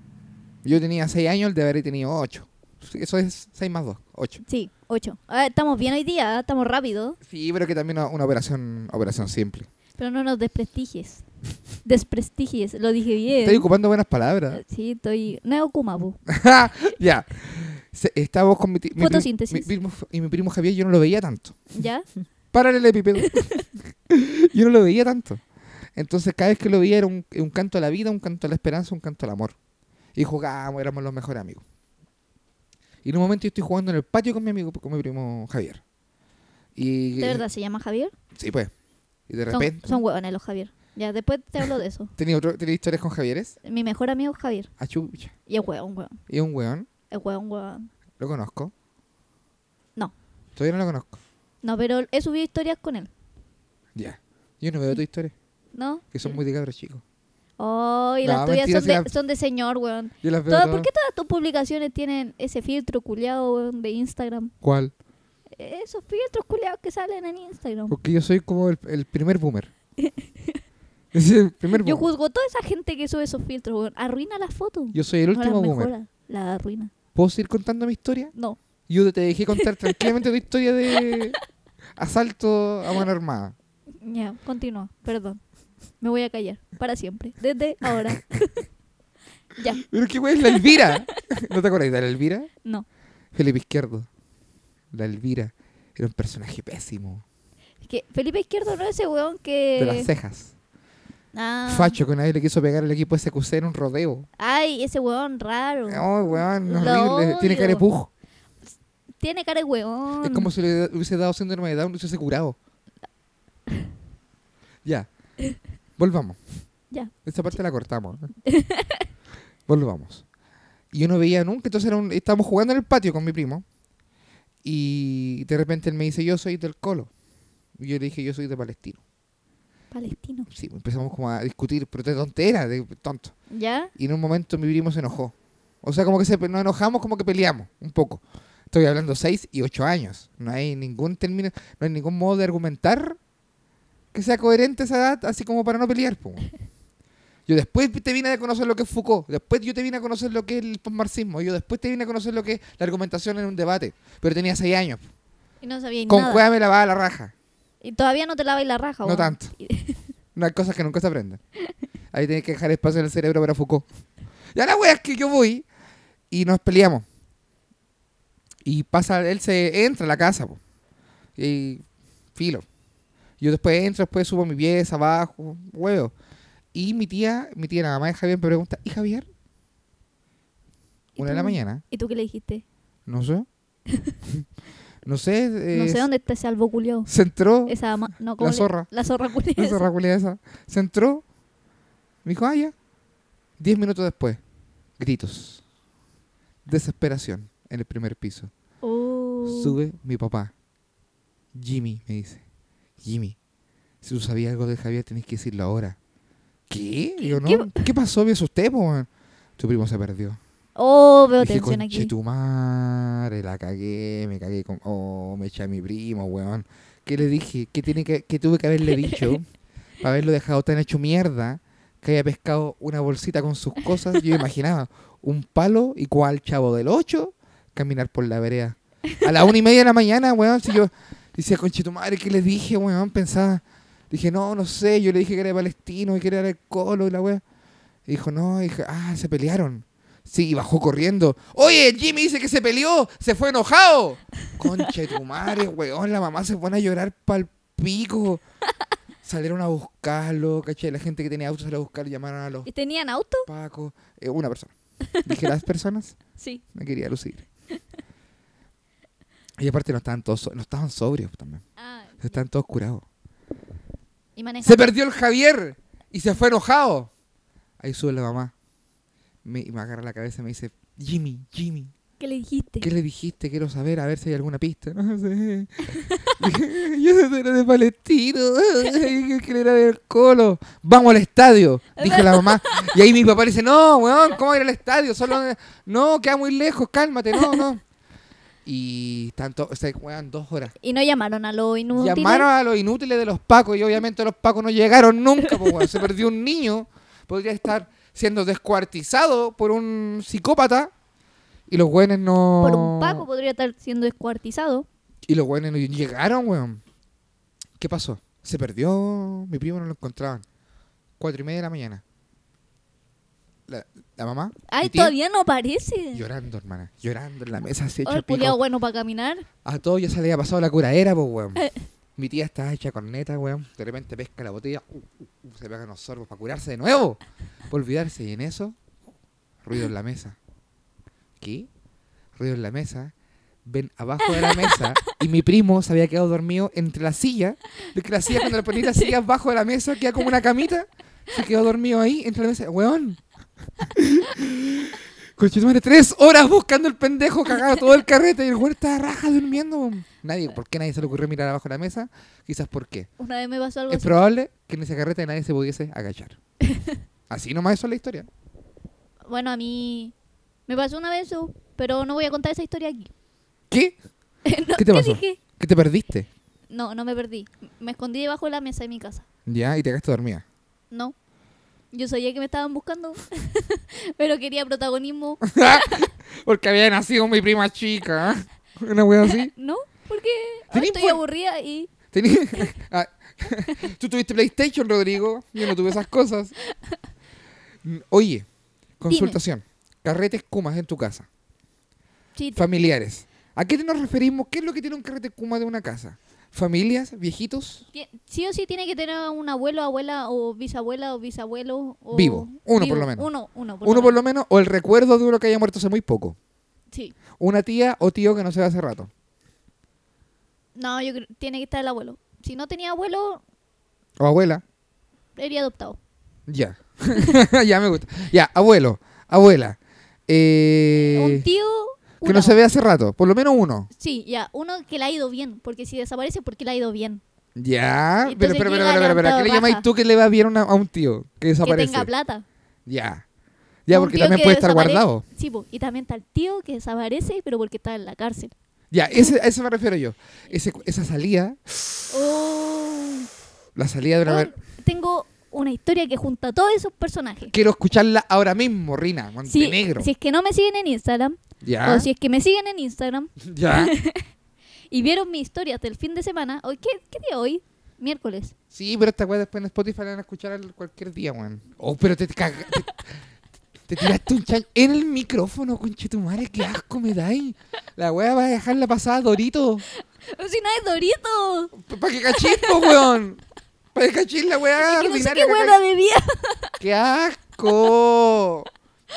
Yo tenía seis años, el de haber tenido ocho. Sí, Eso es seis más dos, ocho. Sí, ocho. Ah, estamos bien hoy día, ah, estamos rápido. Sí, pero que también una, una operación operación simple. Pero no nos desprestigies. Desprestigies, lo dije bien. Ah, Estoy ocupando buenas palabras. Sí, estoy. No es Okuma, bu. ya. Se- Estábamos con mi, ti- mi prim- Fotosíntesis. mi primo F- y mi primo Javier, yo no lo veía tanto. ¿Ya? Paralelepípedo. yo no lo veía tanto. Entonces, cada vez que lo veía era un, un canto a la vida, un canto a la esperanza, un canto al amor. Y jugábamos, éramos los mejores amigos. Y en un momento yo estoy jugando en el patio con mi amigo, con mi primo Javier. Y, ¿De verdad se llama Javier? Sí, pues. Y de Son- repente. Son, huevones los Javier. Ya, después te hablo de eso. ¿Tenía, otro, tenía historias con Javieres? Mi mejor amigo es Javier. Achucha. Y es hueón, hueón. Y un weón. Es hueón, hueón. Lo conozco. No. Todavía no lo conozco. No, pero he subido historias con él, Ya. Yo no Mm. veo tu historia. ¿no? Que son muy de cabros chicos. Oh, y No, las tuyas mentira, son, si de, la- son de señor, hueón. Yo las veo Todas- todas. ¿Por qué todas tus publicaciones tienen ese filtro culiado, hueón, de Instagram? E, ¿Cuál? Esos filtros culiados que salen en Instagram. Porque yo soy como el, el primer boomer. Es el primer Yo boomer. juzgo toda esa gente que sube esos filtros, weón. Arruina la foto. Yo soy el No último la boomer. mejora, la arruina. ¿Puedo seguir contando mi historia? No. Yo te dejé contar tranquilamente tu historia de asalto a mano armada. Ya, continúa. Perdón. Me voy a callar. Para siempre. Desde ahora. ya, Pero qué güey es la Elvira. ¿No te acordáis de la Elvira? no. Felipe Izquierdo. La Elvira. Era un personaje pésimo. Es que Felipe Izquierdo no es ese weón De las que. cejas. Eh, Ah. Facho, que nadie le quiso pegar al equipo SQC en un rodeo. Ay, ese huevón raro. No, weón, Lo horrible. Tiene odio. cara de pujo. Tiene cara de huevón. Es como si le hubiese dado síndrome de Down y se hubiese curado. Ya. Volvamos. Ya. Esta parte la cortamos. ¿no? Volvamos. Y yo no veía nunca, entonces era un- estábamos jugando en el patio con mi primo. Y de repente él me dice, yo soy del Colo. Y yo le dije, yo soy de Palestino. Palestino. Sí, empezamos como a discutir, pero de tontera, de tonto. ¿Ya? Y en un momento mi primo se enojó. O sea, como que se, nos enojamos, como que peleamos un poco. Estoy hablando 6 y 8 años. No hay ningún término, no hay ningún modo de argumentar que sea coherente esa edad, así como para no pelear. po. Yo después te vine a conocer lo que es Foucault, después yo te vine a conocer lo que es el postmarxismo, yo después te vine a conocer lo que es la argumentación en un debate. Pero tenía 6 años. Y no sabía Con nada. cueva me lavaba la raja. Y todavía no te lava la raja, No huevón. tanto. No hay cosas que nunca se aprenden. Ahí tienes que dejar espacio en el cerebro para Foucault. Y ahora, wea, es que yo voy y nos peleamos. Y pasa, él se entra a la casa, po. Y filo. Yo después entro, después subo a mi pieza, abajo, huevo. Y mi tía, mi tía, la mamá de Javier, me pregunta, ¿y Javier? ¿Y Una de la tú? mañana, ¿Y tú qué le dijiste? no sé. no sé. no eh, sé dónde está ese albo culiao. Se entró. Esa ama- no, ¿cómo La le- zorra. La zorra culiao. Esa raculea esa. Se entró. Me dijo, ah, ya. Diez minutos después. Gritos. Desesperación en el primer piso. Oh. Sube mi papá. Jimmy, me dice. Jimmy, si tú sabías algo de Javier, tenés que decirlo ahora. ¿Qué? Digo, ¿Qué- no. ¿Qué, pasó? Me asusté, po, weón. Tu primo se perdió. Oh, veo Dije, tensión aquí. "Conchetumare, la cagué, me cagué con... Oh, me eché a mi primo, weón. ¿Qué le dije? ¿Qué, tiene que, qué tuve que haberle dicho para haberlo dejado tan hecho mierda que haya pescado una bolsita con sus cosas? Yo imaginaba un palo y cual chavo del 8 caminar por la vereda. A las una y media de la mañana, weón, si yo decía, conchetumare, ¿qué le dije, weón? Pensaba... Dije, no, no sé, yo le dije que era de palestino y que era el colo y la weá. Y dijo, no, y dije, ah, se pelearon. Sí, y bajó corriendo. Oye, Jimmy dice que se peleó, se fue enojado. Concha de tu madre, weón, la mamá se pone a llorar pa'l pico. Salieron a buscarlo, caché, la gente que tenía autos salió a buscar, llamaron a los ¿Y ¿Tenían auto? pacos. Eh, una persona. Dije, las personas, Sí. no quería lucir. Y aparte no estaban todos, so- no estaban sobrios también, Ah, estaban todos curados. y maneja. Se perdió el Javier y se fue enojado. Ahí sube la mamá. Me, y me agarra la cabeza y me dice, Jimmy, Jimmy, ¿Qué le dijiste? ¿qué le dijiste? Quiero saber, a ver si hay alguna pista. No sé. Dije, Yo era de Palestino, dije que era del colo. Vamos al estadio, dijo la mamá. Y ahí mi papá le dice, no, weón, ¿cómo ir al estadio? Solo... No, queda muy lejos, cálmate, no, no. Y tanto, o sea, weón, dos horas. Y no llamaron a lo inútil. Llamaron a los inútiles de los pacos y obviamente los pacos no llegaron nunca, po, weón. se perdió un niño, podría estar siendo descuartizado por un psicópata y los güenes no... Por un paco podría estar siendo descuartizado. Y los güenes no llegaron, weón. ¿Qué pasó? Se perdió, mi primo no lo encontraban. Cuatro y media de la mañana. La, la mamá... mi Ay, tía, todavía no aparece. Llorando, hermana. Llorando en la mesa, así hecho Oh, el pico. culiao bueno para caminar. A todos ya se le había pasado la curadera, pues, weón. Mi tía está hecha corneta, weón. De repente pesca la botella, uh, uh, uh, se pegan los sorbos para curarse de nuevo. Para olvidarse. Y en eso, ruido en la mesa. ¿Qué? Ruido en la mesa. Ven abajo de la mesa. Y mi primo se había quedado dormido entre la silla. De que la silla, cuando le ponía la silla abajo de la mesa, queda como una camita. Se quedó dormido ahí, entre la mesa. Weón. Conchetumare, tres horas buscando el pendejo cagado todo el carrete y el güey estaba raja durmiendo. weón. Nadie, ¿por qué nadie se le ocurrió mirar abajo de la mesa? Quizás por qué. Una vez me pasó algo Es así. probable que en ese carrete nadie se pudiese agachar. Así nomás eso es la historia. Bueno, a mí me pasó una vez eso, pero no voy a contar esa historia aquí. ¿Qué? No, ¿Qué te pasó? dije? ¿Qué te perdiste? No, no me perdí. Me escondí debajo de la mesa de mi casa. Ya, y te quedaste dormida. No. Yo sabía que me estaban buscando, pero quería protagonismo. Porque había nacido mi prima chica. ¿eh? Una wea así. No, porque ay, Tenés estoy por- aburrida y Tení- Ah, Tú tuviste PlayStation, Rodrigo. Yo no tuve esas cosas. Mm, Oye, consultación. Carretes Kumas en tu casa. chita. Familiares. ¿A qué nos referimos? ¿Qué es lo que tiene un carrete Kuma de una casa? familias, viejitos, Tie- Sí o sí tiene que tener un abuelo, abuela o bisabuela o bisabuelo. O Vivo. Uno por lo menos. Uno, uno por uno lo por menos. lo menos, o el recuerdo de uno que haya muerto hace muy poco. Sí. Una tía o tío que no se ve hace rato. No, yo creo, tiene que estar el abuelo. Si no tenía abuelo, O abuela. sería adoptado. Ya. ya me gusta. Ya, abuelo, abuela. Eh, un tío. que una- no se ve hace rato. Por lo menos uno. Sí, ya. Uno que le ha ido bien. Porque si desaparece, porque le ha ido bien. Ya. Entonces Pero, pero, pero, llega pero, pero, pero, ¿a ¿qué le levantado, llamáis baja. tú que le va bien a una- a un tío que Que desaparece? tenga plata. Ya. Ya, Un porque tío también que puede estar desaparece- guardado. Sí, po, y también está el tío que desaparece, pero porque está en la cárcel. Ya, ese, a eso me refiero yo. Ese- esa salida, Oh. la salida de una... Weón, tengo una historia que junta a todos esos personajes. Quiero escucharla ahora mismo, Rina, Si, Montenegro. si es que no me siguen en Instagram, Ya. o si es que me siguen en Instagram Ya. y vieron mi historia del fin de semana, hoy, ¿qué, qué día hoy? Miércoles. Sí, pero esta weá después en Spotify la van a escuchar al- cualquier día, weón. Oh, pero te cagaste. Te, te tiraste un chan en el micrófono, conchetumare, qué asco me dais. La weá va a dejarla pasada, Dorito. ¡Oh, Si no hay Dorito. ¿Para que cachis, po, weón? ¿Para que cachis la weá? Que no sé ordinaria qué que hueá cae? bebía. ¡Qué asco!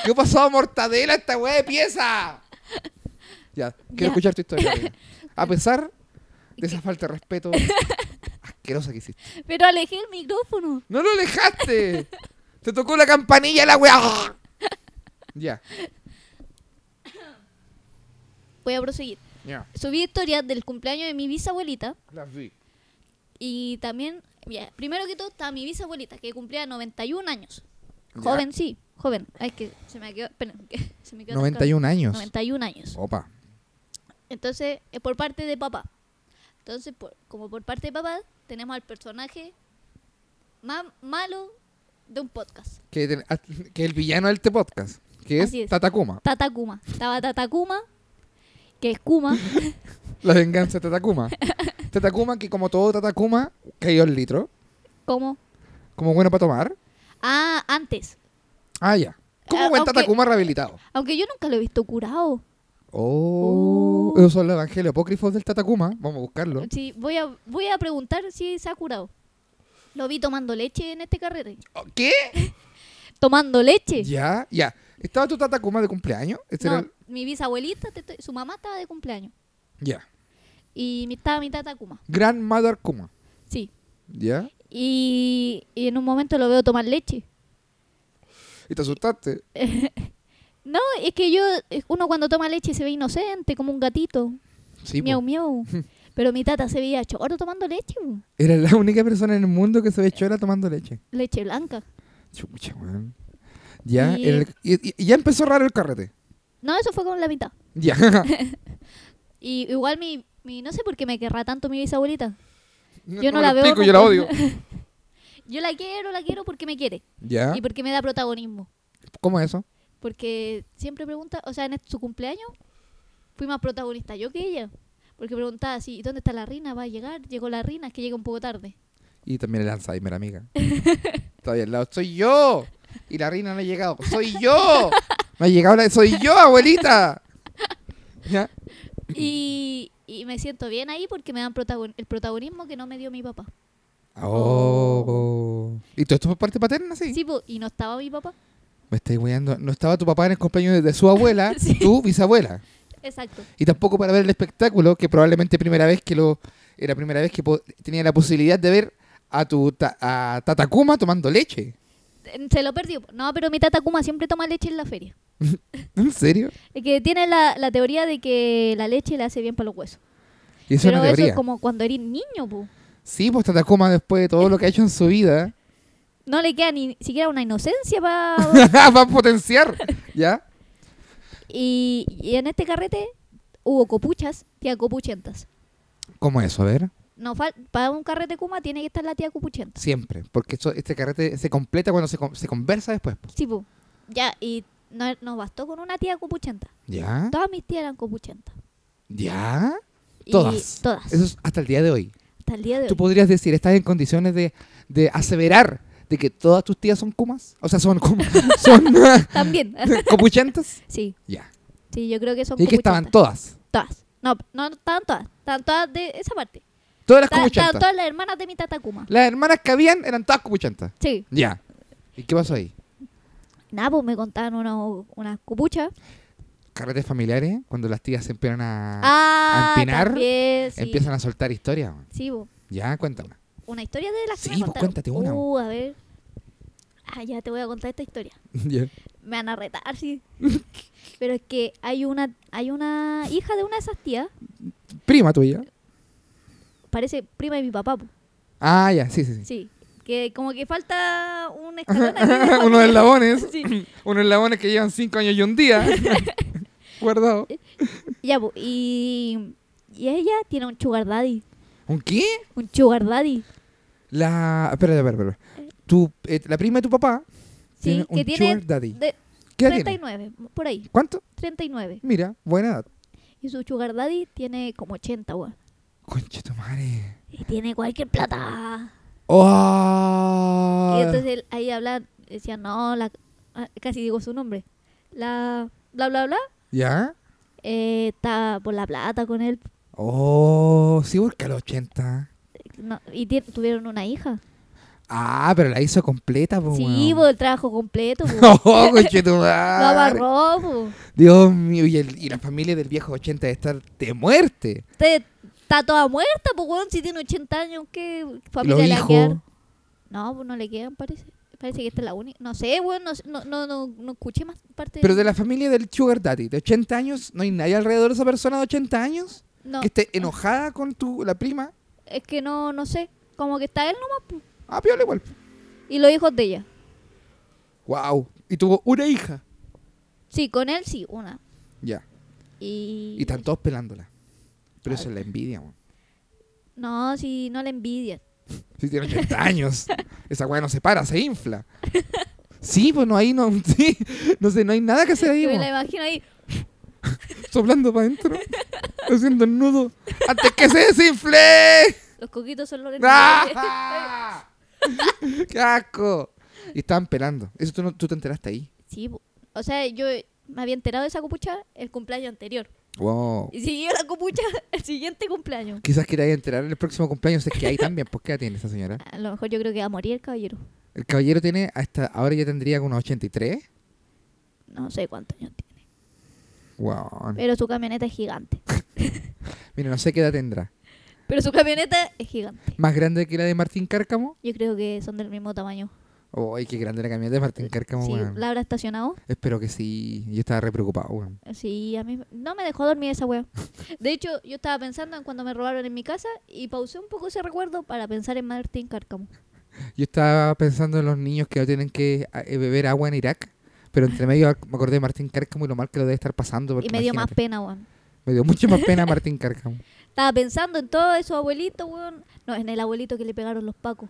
¿Qué pasó, mortadela, esta weá de pieza? Ya, quiero Ya. escuchar tu historia. Reina. A pesar de esa falta de respeto asquerosa que hiciste. Pero alejé el micrófono. ¡No lo dejaste! ¡Te tocó la campanilla la weá! Ya, Voy a proseguir. ya, Subí historias del cumpleaños de mi bisabuelita las vi. y también, ya, primero que todo, está mi bisabuelita que cumplía 91 años. Ya. Joven, sí, joven. Ay, que se me quedó. esperen, que se me quedó atascado. 91 años. 91 años. Opa. Entonces, es por parte de papá. Entonces, por- como por parte de papá, tenemos al personaje más malo de un podcast. Que, ten- ah, que el villano de este podcast, que es, Así es. Tatacuma. Tatakuma. Estaba Tatakuma, que es Kuma. La venganza de Tatacuma. Tatacuma que como todo Tatacuma, cayó el litro, como... como bueno para tomar. Ah, antes. Ah, ya. Como Ah, buen aunque- Tatacuma rehabilitado. Aunque yo nunca lo he visto curado. Oh, Oh. Esos son los evangelios apócrifos del Tatacuma. Vamos a buscarlo. Sí, voy a, voy a preguntar si se ha curado. Lo vi tomando leche en este carrete. Oh, ¿Qué? ¿Tomando leche? Ya, ya. ¿Estaba tu Tatacuma de cumpleaños? Este era No, el- mi bisabuelita, te estoy- su mamá estaba de cumpleaños. Ya. Y mi- estaba mi Tatakuma. Grandmother Kuma. Sí. Ya. Y, y en un momento lo veo tomar leche. Y te asustaste. No, es que yo, eh, uno cuando toma leche se ve inocente, como un gatito. Sí, miau, po. miau. Pero mi tata se veía choro tomando leche. bu. Era la única persona en el mundo que se ve chola tomando leche. Leche blanca. Chucha, weón. Ya, Y- el- y- y- y ya empezó raro el carrete. No, eso fue con la mitad. Ya. Y igual mi, mi- no sé por qué me querrá tanto mi bisabuelita. Yo no me la lo veo explico, yo la odio. nunca. Yo la quiero, la quiero porque me quiere. ya. Y porque me da protagonismo. ¿Cómo es eso? Porque siempre pregunta, o sea, en este, su cumpleaños fui más protagonista yo que ella. Porque preguntaba así, ¿dónde está la reina? ¿Va a llegar? Llegó la reina, es que llega un poco tarde. Y también el Alzheimer, amiga. Todavía al lado. ¡Soy yo! Y la reina no ha llegado. ¡Soy yo! No ha llegado la... ¡Soy yo, abuelita! Ya. Y, y me siento bien ahí porque me dan protagon- el protagonismo que no me dio mi papá. Oh. ¿Y todo esto por parte paterna, sí? Sí, po, y no estaba mi papá. Me estáis weando. No estaba tu papá en el cumpleaños de- de su abuela, Sí. tu bisabuela. Exacto. y tampoco para ver el espectáculo, que probablemente primera vez que lo era primera vez que po- tenía la posibilidad de ver a tu ta- a Tatacuma tomando leche. Eh, Se lo perdió. po. No, pero mi tata Kuma siempre toma leche en la feria. ¿En serio? Es que tiene la, la teoría de que la leche le hace bien para los huesos. Y eso pero no eso debería. es como cuando eres niño, po. Sí, pues Tatacuma después de todo lo que ha hecho en su vida No le queda ni siquiera una inocencia para va a potenciar, ¿ya? Y, y en este carrete hubo copuchas, tía copuchentas. ¿Cómo eso? A ver, No fal- para un carrete Kuma tiene que estar la tía copuchenta. siempre, porque esto- este carrete se completa cuando se, con- se conversa después. pues. Sí, po. Ya, y no, nos bastó con una tía copuchenta. ¿Ya? Todas mis tías eran copuchentas. ¿Ya? Y Todas. Todas. Eso es hasta el día de hoy. Hasta el día de ¿Tú hoy. podrías decir, estás en condiciones de, de aseverar de que todas tus tías son kumas? O sea, son kumas, son También. copuchentas. sí, Ya. sí, yo creo que son Y es que estaban copuchentas. todas. todas. No, no estaban todas. Estaban todas de esa parte. Todas las Ta- ta- cubuchantas. Todas las hermanas de mi tatacuma. Las hermanas que habían eran todas cubuchantas. Sí. Ya. ¿Y qué pasó ahí? Nada, pues me contaban unos- unas cupuchas. Carretes familiares, cuando las tías se empiezan a, Ah, a empinar, también, sí. empiezan a soltar historias. weón. Sí, po. Ya, cuéntame. Una historia de las Sí, que me pues, contaron. cuéntate una, Uh, a ver. Ah, ya te voy a contar esta historia. Ya. Me van a retar, sí. Pero es que hay una, hay una hija de una de esas tías, Prima tuya. parece prima de mi papá, pues. po. Ah, ya, sí, sí, sí. sí. Que como que falta un escalón aquí. Uno de eslabones. Sí. Unos eslabones que llevan cinco años y un día. Guardado. Ya, po, y, y ella tiene un sugar daddy. ¿Un qué? Un sugar daddy. La. Espera, espera, espera. Tu, eh, la prima de tu papá Sí, tiene un que tiene sugar daddy. de ¿Qué edad tiene? 39, por ahí, ¿Cuánto? 39. Mira, buena edad. Y su sugar daddy tiene como 80, weón. Concha tu madre. Y tiene cualquier plata. ¡Oh! Y entonces él ahí hablan, decía, no, la, ah, casi digo su nombre. La bla bla bla ¿Ya? eh, está por la plata con él. Oh, sí, porque a los 80. No, y tie- tuvieron una hija. Ah, pero la hizo completa, pues. sí, weón. po, el trabajo completo. pues. po. Oh, conchetumare. Lo abarró, po. Dios mío, y, el- y la familia del viejo 80 de estar de muerte. Te- Está toda muerta, pues, weón. Si tiene 80 años, ¿qué familia los le va a quedar? hijos. No, pues no le quedan, parece. Parece que esta es la única. No sé, weón. No, sé, no, no, no, no escuché más parte Pero de la familia del Sugar Daddy, de 80 años, ¿no hay nadie alrededor de esa persona de 80 años? No, Que este esté enojada con tu, la prima. es que no, no sé. Como que está él nomás, po. Ah, piola igual. Y los hijos de ella. Wow. Y tuvo una hija. Sí, con él sí, una. Ya. Y, Y están todos pelándola. Pero eso Ay. es la envidia, weón. No, sí, no le envidia. Si tiene 80 años. Esa weá no se para, se infla. Sí, pues no, ahí no. Sí, no sé, no hay nada que hacer ahí, Yo me weón. la imagino ahí. Soplando para adentro. Haciendo el nudo. ¡Antes que se desinfle! Los coquitos son los de- ¡Ah! ¡Qué asco! Y estaban pelando. Eso tú, no- tú te enteraste ahí. Sí, po. o sea, yo me había enterado de esa copucha el cumpleaños anterior. Wow. Y siguió la copucha el siguiente cumpleaños. Quizás queráis enterar en el próximo cumpleaños. Es que ahí también. ¿Por qué la tiene esa señora? A lo mejor yo creo que va a morir el caballero. El caballero tiene hasta ahora ya tendría unos 83. No sé cuántos años tiene. Wow. Pero su camioneta es gigante. Mira, no sé qué edad tendrá. Pero su camioneta es gigante. ¿Más grande que la de Martín Cárcamo? Yo creo que son del mismo tamaño. ¡Ay, qué grande la camioneta de Martín Cárcamo, Eh, sí, weón! ¿La habrá estacionado? Espero que sí. Yo estaba re preocupado, weón. Sí, a mí no me dejó dormir esa wea. De hecho, yo estaba pensando en cuando me robaron en mi casa y pausé un poco ese recuerdo para pensar en Martín Cárcamo. Yo estaba pensando en los niños que tienen que eh, beber agua en Irak. Pero entre medio me acordé de Martín Cárcamo y lo mal que lo debe estar pasando. Porque Y me dio más imagínate, pena, weón. Me dio mucho más pena Martín Cárcamo. Estaba pensando en todos esos abuelitos, weón. No, en el abuelito que le pegaron los pacos.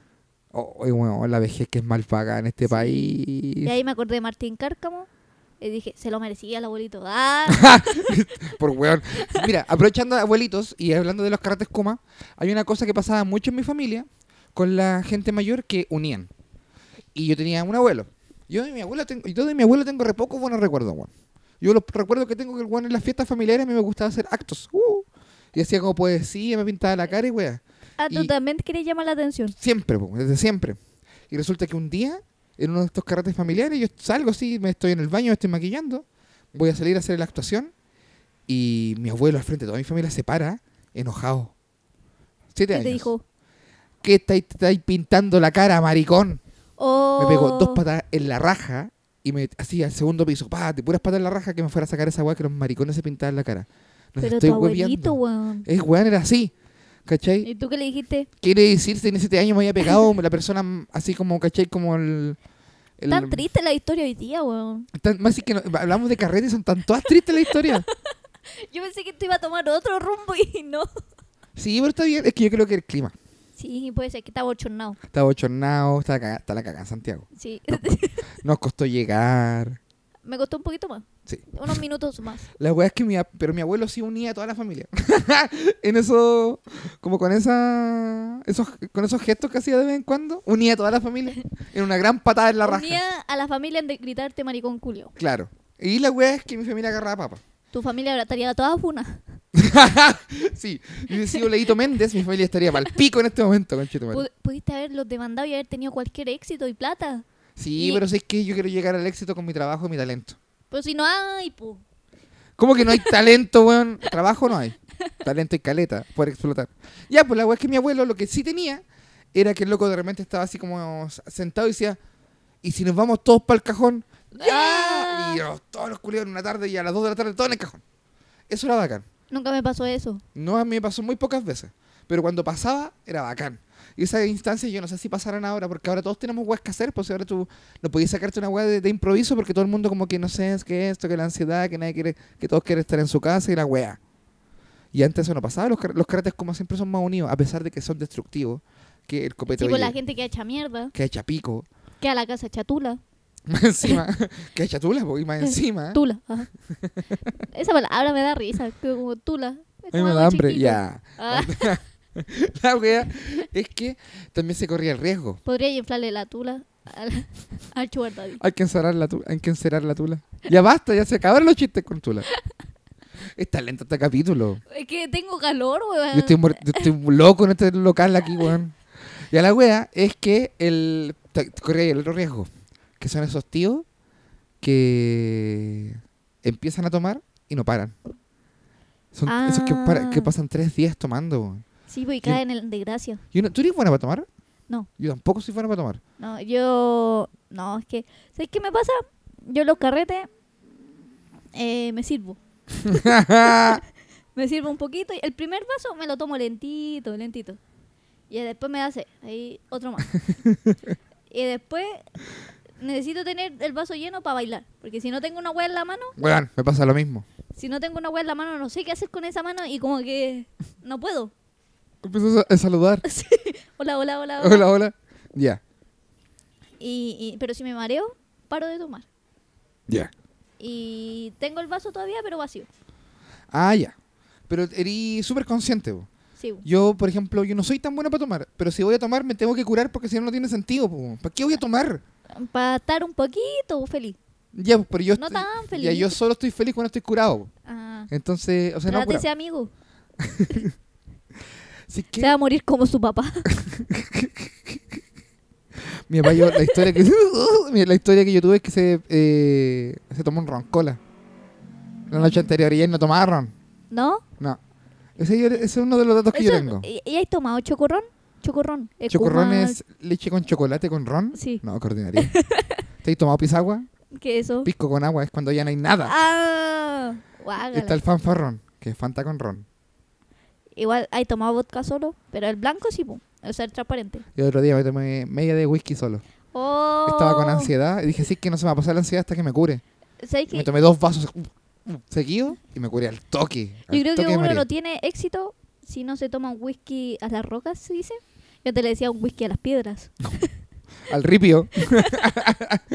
Oh, bueno, la vejez que es mal pagada en este Y país. ahí me acordé de Martín Cárcamo y dije, se lo merecía el abuelito. ¡Ah! Por weón. Mira, aprovechando abuelitos y hablando de los carretes Kuma, hay una cosa que pasaba mucho en mi familia con la gente mayor que unían. Y yo tenía un abuelo. Yo de mi abuelo tengo, yo de mi abuelo tengo re poco buenos recuerdos, weón. Yo los recuerdos que tengo que el weón en las fiestas familiares a mí me gustaba hacer actos. Uh. y hacía como poesía, me pintaba la cara y weón. Ah, tú Y- también querías llamar la atención. Siempre, po, desde siempre. Y resulta que un día, en uno de estos carretes familiares, yo salgo así, me estoy en el baño, me estoy maquillando, voy a salir a hacer la actuación y mi abuelo al frente de toda mi familia se para, enojado. Siete ¿Qué años. te dijo? ¿Qué estáis estáis pintando la cara, maricón? Oh, Me pegó dos patas en la raja y me así al segundo piso, pa, de puras patas en la raja que me fuera a sacar esa weá que los maricones se pintaban la cara. Los Pero estoy tu hueviando. abuelito, weón. Es weón, era así. ¿Cachai? ¿Y tú qué le dijiste? quiere decir si en ese años me había pegado la persona m- así como, ¿cachai? Como el... el- Tan triste la historia hoy día, weón. tan- más es que no- hablamos de carretes, son tan todas tristes la historia. Yo pensé que te iba a tomar otro rumbo y no. Sí, pero está bien. Es que yo creo que el clima. Sí, puede ser que estaba bochornado. Está bochornado, está, caga- está la cagada en Santiago. Sí. Nos costó llegar. Me costó un poquito más. Sí. Unos minutos más. La weá es que mi... ab- Pero mi abuelo sí unía a toda la familia. en eso... Como con esa... Esos, con esos gestos que hacía de vez en cuando. Unía a toda la familia. En una gran patada en la raja. Unía a la familia en de gritarte maricón culio. Claro. Y la weá es que mi familia agarraba papa. Tu familia ahora estaría toda funa. sí, si hubiese sido Leito Méndez, mi familia estaría mal pico en este momento, conchetumare. Pu- pudiste haberlos demandado y haber tenido cualquier éxito y plata. Sí, y- pero sé que yo quiero llegar al éxito con mi trabajo y mi talento. Pero si no hay, pu. ¿Cómo que no hay talento, weón? Trabajo no hay. Talento y caleta, por explotar. Ya, pues la weá es que mi abuelo lo que sí tenía era que el loco de repente estaba así como sentado y decía, ¿y si nos vamos todos para el cajón? ¡Ya! Y oh, todos los culiados en una tarde y a las 2 de la tarde todos en el cajón. Eso era bacán. Nunca me pasó eso. No, a mí me pasó muy pocas veces. Pero cuando pasaba, era bacán. Y esas instancias yo no sé si pasarán ahora, porque ahora todos tenemos weas que hacer, pues ahora tú no podías sacarte una wea de, de improviso porque todo el mundo como que no sé, es que esto, que la ansiedad, que nadie quiere, que todos quieren estar en su casa y la wea. Y antes eso no pasaba, los, car- los carretes como siempre son más unidos, a pesar de que son destructivos, que el copete Sí, pues la Este oye, gente que echa mierda, que echa pico, que a la casa echa tula. más encima, que echa tula, po, y más encima. Tula. ajá. Esa palabra me da risa, que como tula. es A mí como me algo da hambre, chiquito. ya. Ah, La wea es que también se corría el riesgo. Podría inflarle la tula al, al Sugar Daddy. Hay que encerrar la tula. Hay que encerrar la tula. Ya basta, ya se acabaron los chistes con tula. Está lento este capítulo. Es que tengo calor, weón. Yo estoy, muer- yo estoy loco en este local aquí, weón. Y a la wea es que el. te- te Corre el otro riesgo. Que son esos tíos que empiezan a tomar y no paran. Son esos que, para- que Ah. pasan tres días tomando, weón. Sí, pues y cae en el desgracia. Y uno- ¿Tú eres buena para tomar? No. Yo tampoco soy buena para tomar. No, yo. No, es que. ¿Sabes qué me pasa? Yo los carretes. eh, me sirvo. Me sirvo un poquito y el primer vaso me lo tomo lentito, lentito. Y después me hace ahí otro más. y después necesito tener el vaso lleno para bailar. Porque si no tengo una hueá en la mano, weón, me pasa lo mismo. si no tengo una hueá en la mano, no sé qué hacer con esa mano y como que no puedo. Empiezo a- a saludar. Sí. hola, hola, hola. hola. Hola, hola. Ya. Y, y- pero si me mareo, paro de tomar. Ya. Y tengo el vaso todavía, pero vacío. Ah, ya. Pero erí súper consciente. po. Sí. bu. Yo, por ejemplo, yo no soy tan buena para tomar, pero si voy a tomar me tengo que curar porque si no, no tiene sentido. po. ¿Para qué voy a tomar? Para estar un poquito feliz. Ya, pues, pero yo, No estoy- tan ya, feliz. yo solo estoy feliz cuando estoy curado. po. Ah. Entonces, o sea, no Trátese, curado. amigo. Así que, Se va a morir como su papá. mi papá, yo- la, historia que, Uh, mira, la historia que yo tuve es que se, eh, se tomó un roncola la noche anterior y él no tomaba ron. ¿No? No. Ese, yo- ese es uno de los datos que yo Eso- tengo. ¿Y, y has tomado chocorrón? Chocorrón. Es ¿Chocorrón como- es leche con chocolate con ron? Sí. No, qué ordinario. ¿Te has tomado pisagua? ¿Qué es eso? Pisco con agua es cuando ya no hay nada. Ah, guácala. Está el fanfarrón, que es Fanta con ron. Igual hay tomado vodka solo, pero el blanco sí, po. o sea, el transparente. Y el otro día me tomé media de whisky solo. Oh, Estaba con ansiedad y dije, sí, que no se me va a pasar la ansiedad hasta que me cure. ¿Sabes Y Me qué? tomé dos vasos uh, uh, seguidos y me curé al toque. al Yo creo que toque de uno María. no tiene éxito si no se toma un whisky a las rocas, se dice. Yo te le decía un whisky a las piedras. Al ripio.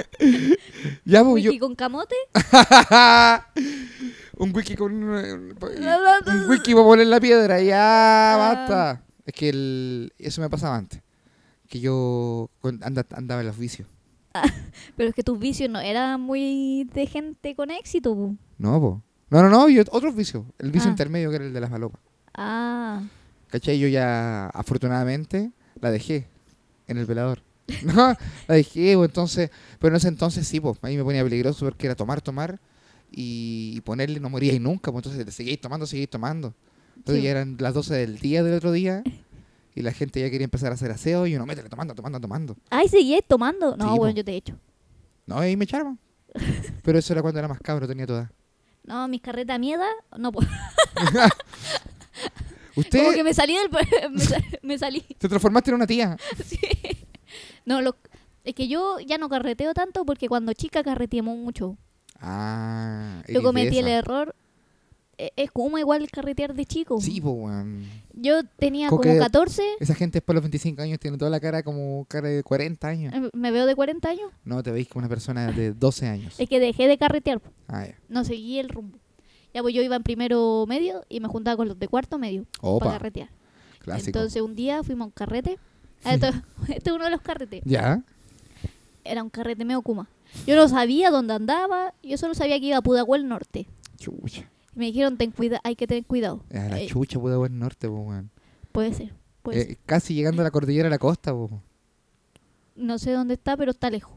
ya, pues, yo... whisky con camote. un whisky con... Un whisky para poner la piedra. Ya, Ah. basta. Es que el- eso me pasaba antes. Que yo con- anda- andaba en los vicios. Pero es que tus vicios no eran muy de gente con éxito. po. No, po. No, no, no, yo otro vicio. El vicio Ah. intermedio que era el de las palomas. Ah, ¿Cachai? Yo ya, afortunadamente, la dejé en el velador. No, la dejé, po, entonces. Pero en ese entonces sí, pues. Ahí me ponía peligroso porque era tomar, tomar y, y ponerle, no moríais nunca, pues. Entonces te seguíais tomando, seguíais tomando. Entonces Sí. ya eran las 12 del día del otro día y la gente ya quería empezar a hacer aseo y uno, métele tomando, tomando, tomando. ay, seguí tomando. No, Sí, po. bueno, yo te he hecho. No, y ahí me echaron. Pero eso era cuando era más cabro, tenía toda. No, mis carretas mierda, no puedo. Usted Como que me salí del. me, sa- me salí. se transformaste en una tía. No, lo, es que yo ya no carreteo tanto porque cuando chica carreteé mucho. Ah, eres Yo de cometí el esa. error. e- Es como igual carretear de chico. Sí, po, weón. Yo tenía Como como que- 14, Esa gente después de los 25 años tiene toda la cara como cara de 40 años. eh, me veo de 40 años. No, te veis como una persona de 12 años. Es que dejé de carretear, Ah, ya. no seguí el rumbo. Ya pues yo iba en primero medio y me juntaba con los de cuarto medio para Opa, carretear. clásico. Entonces un día fuimos a un carrete. Ah, Esto, este es uno de los carretes. ya, Era un carrete medio kuma. Yo no sabía dónde andaba, yo solo sabía que iba a Pudahuel Norte. chucha. Y me dijeron, ten cuida hay que tener cuidado. A la Eh, chucha, puta, buen norte, po, weón. puede ser, puede Eh, ser. casi llegando a la cordillera de la costa, po. No sé dónde está, pero está lejos.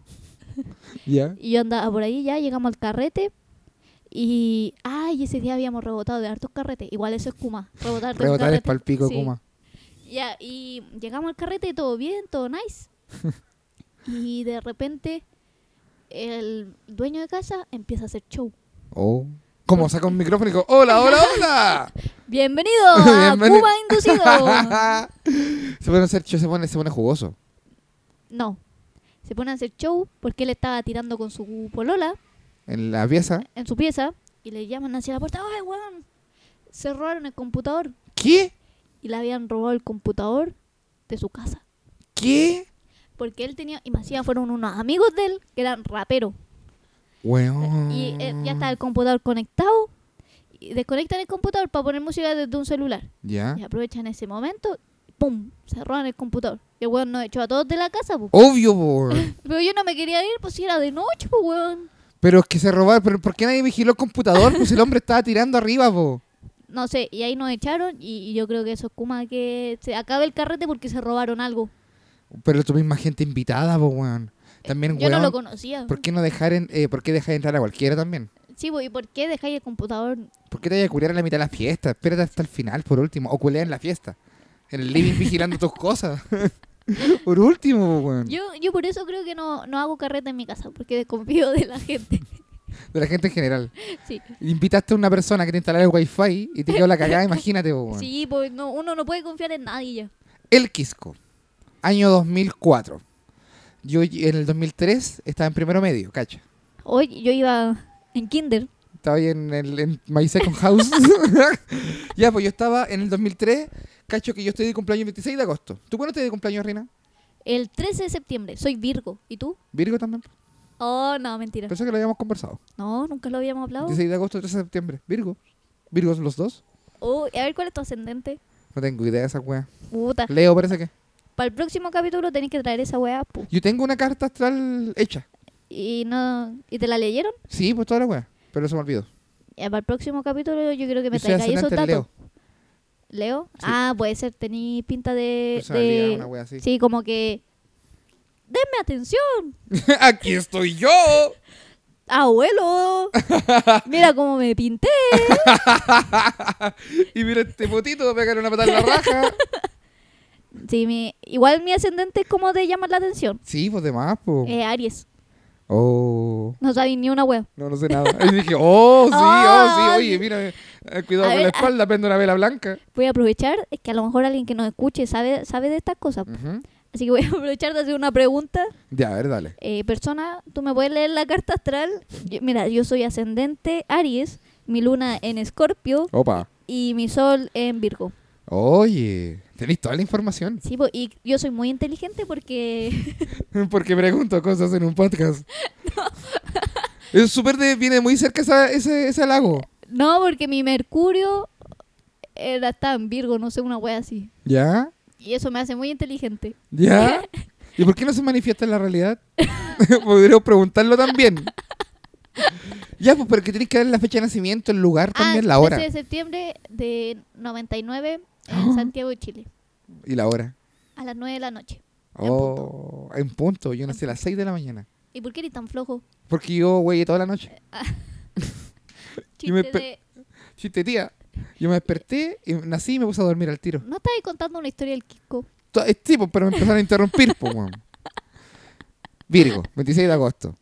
Ya. Y yo andaba por ahí ya, llegamos al carrete. Y. ¡Ay! ese día habíamos rebotado de hartos carretes. Igual eso es Kuma. Rebotar de un Rebotar es carrete. pa'l pico, Sí. Kuma. Ya, y llegamos al carrete, todo bien, todo nice. y de repente. El dueño de casa empieza a hacer show. Oh. Como saca un micrófono y digo, hola, hola, hola. ¡Bienvenido a Bienvenido. Cuba Inducido! se pone a hacer cho- se pone, se pone jugoso. no. Se pone a hacer show porque él estaba tirando con su polola. En la pieza. en su pieza y le llaman hacia la puerta, ¡ay, weón! Se robaron el computador ¿Qué? y le habían robado el computador de su casa. ¿Qué? Porque él tenía, y más encima fueron unos amigos de él que eran raperos. Weón. Y eh, Mm. ya está el computador conectado. Y desconectan el computador para poner música desde un celular. Ya. Y aprovechan ese momento, ¡pum! Se roban el computador. Y el weón nos echó a todos de la casa, po. Obvio, po. Pero yo no me quería ir, pues si era de noche, pues weón. Pero es que se robaron. ¿Pero por qué nadie vigiló el computador? Pues el hombre estaba tirando arriba, po. No sé, y ahí nos echaron. Y, y yo creo que eso es Kuma que se acabe el carrete porque se robaron algo. Pero tu misma gente invitada, po, weón. También, Yo weón. no lo conocía. ¿Por qué no dejar en, eh, por qué dejar entrar a cualquiera también? Sí, bo, ¿y por qué dejáis el computador? ¿Por qué te vayas a culear en la mitad de la fiesta? Espérate hasta el final, por último. O culea en la fiesta. En el living vigilando tus cosas. por último, po, weón. Yo, yo por eso creo que no, no hago carreta en mi casa, porque desconfío de la gente. De la gente en general. Sí, Invitaste a una persona que te instalara el wifi y te quedó la cagada, imagínate, po, weón. sí pues no, uno no puede confiar en nadie ya. El Quisco, año 2004. Yo y- en el 2003 estaba en primero medio, cacha. Hoy yo iba en kinder. Estaba ahí en, el, en My Second House. ya, pues yo estaba en el 2003, cacho que yo estoy de cumpleaños el 26 de agosto. ¿Tú cuándo estás de cumpleaños, Reina? El 13 de septiembre, soy Virgo. ¿Y tú? Virgo también. Oh, no, mentira. Pensé que lo habíamos conversado. No, nunca lo habíamos hablado. 16 de agosto, 13 de septiembre. Virgo. Virgos los dos. Oh, a ver cuál es tu ascendente. No tengo idea de esa wea. Puta. Leo, parece que. Para el próximo capítulo tenés que traer esa weá. pu. Yo tengo una carta astral hecha. Y no ¿Y te la leyeron? Sí, pues toda la wea. Pero eso me olvidó. Ya, para el próximo capítulo yo creo que me Yo soy traigáis esos ascendente en datos. Leo. ¿Leo? Sí. Ah, puede ser, tení pinta de... Personalidad, de- una wea así. Sí, como que... ¡Denme atención! ¡Aquí estoy yo! ¡Abuelo! ¡Mira cómo me pinté! y mira este potito, pegar una patada en la raja. Sí, mi... Igual mi ascendente es como de llamar la atención. Sí, pues de más, pues. Eh, Aries. Oh. No sabéis ni una wea. No, no sé nada. Y dije, oh, sí, oh, Oh, sí, oye, sí. mira, eh, cuidado con A la ver, ah. espalda, prende una vela blanca. Voy a aprovechar, es que a lo mejor alguien que nos escuche sabe, sabe de estas cosas. Ujú. Así que voy a aprovechar de hacer una pregunta. Ya, a ver, dale. Eh, persona, ¿tú me puedes leer la carta astral? Yo- mira, yo soy ascendente Aries, mi luna en Escorpio Opa. y mi sol en Virgo. Oye, tenéis toda la información. Sí, po, y yo soy muy inteligente porque Porque pregunto cosas en un podcast. Es súper de, viene muy cerca esa, ese, ese lago. no, porque mi Mercurio era está en Virgo, no sé, una wea así. ¿Ya? Y eso me hace muy inteligente. ¿Ya? ¿Y por qué no se manifiesta en la realidad? Podría preguntarlo también. Ya, pues, pero que tienes que dar la fecha de nacimiento, el lugar, también ah, la hora. 13 de septiembre de 99 Ah. en Santiago de Chile, Y la hora. a las 9 de la noche. En Oh, en punto. Yo nací a En las 6 de la mañana. ¿Y por qué eres tan flojo? Porque yo güey toda la noche. Y me pe- Chiste de- Chiste, tía. Yo me desperté, y nací y me puse a dormir al tiro. No estabas contando una historia del Kiko. To- Es tipo, pero me empezaron a interrumpir, po, weón. Virgo, 26 de agosto.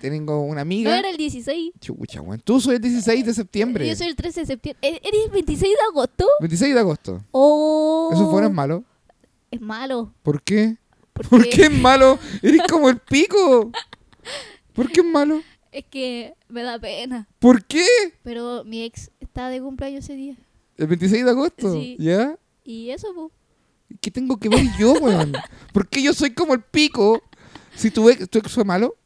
Tengo una No amiga. era el 16. Chucha, weón. Tú soy el 16 de septiembre. Yo soy el 13 de septiembre. ¿E- ¿Eres el 26 de agosto? 26 de agosto. Oh. Eso fuera malo. Es malo. ¿Por qué? Porque ¿Por qué es malo? Eres como el pico. ¿Por qué es malo? Es que me da pena. ¿Por qué? Pero mi ex está de cumpleaños ese día. El 26 de agosto. Sí. ¿Ya? Y eso, pues, po. ¿Qué tengo que ver yo, weón? ¿Por qué yo soy como el pico? Si tu ex, tu ex fue malo.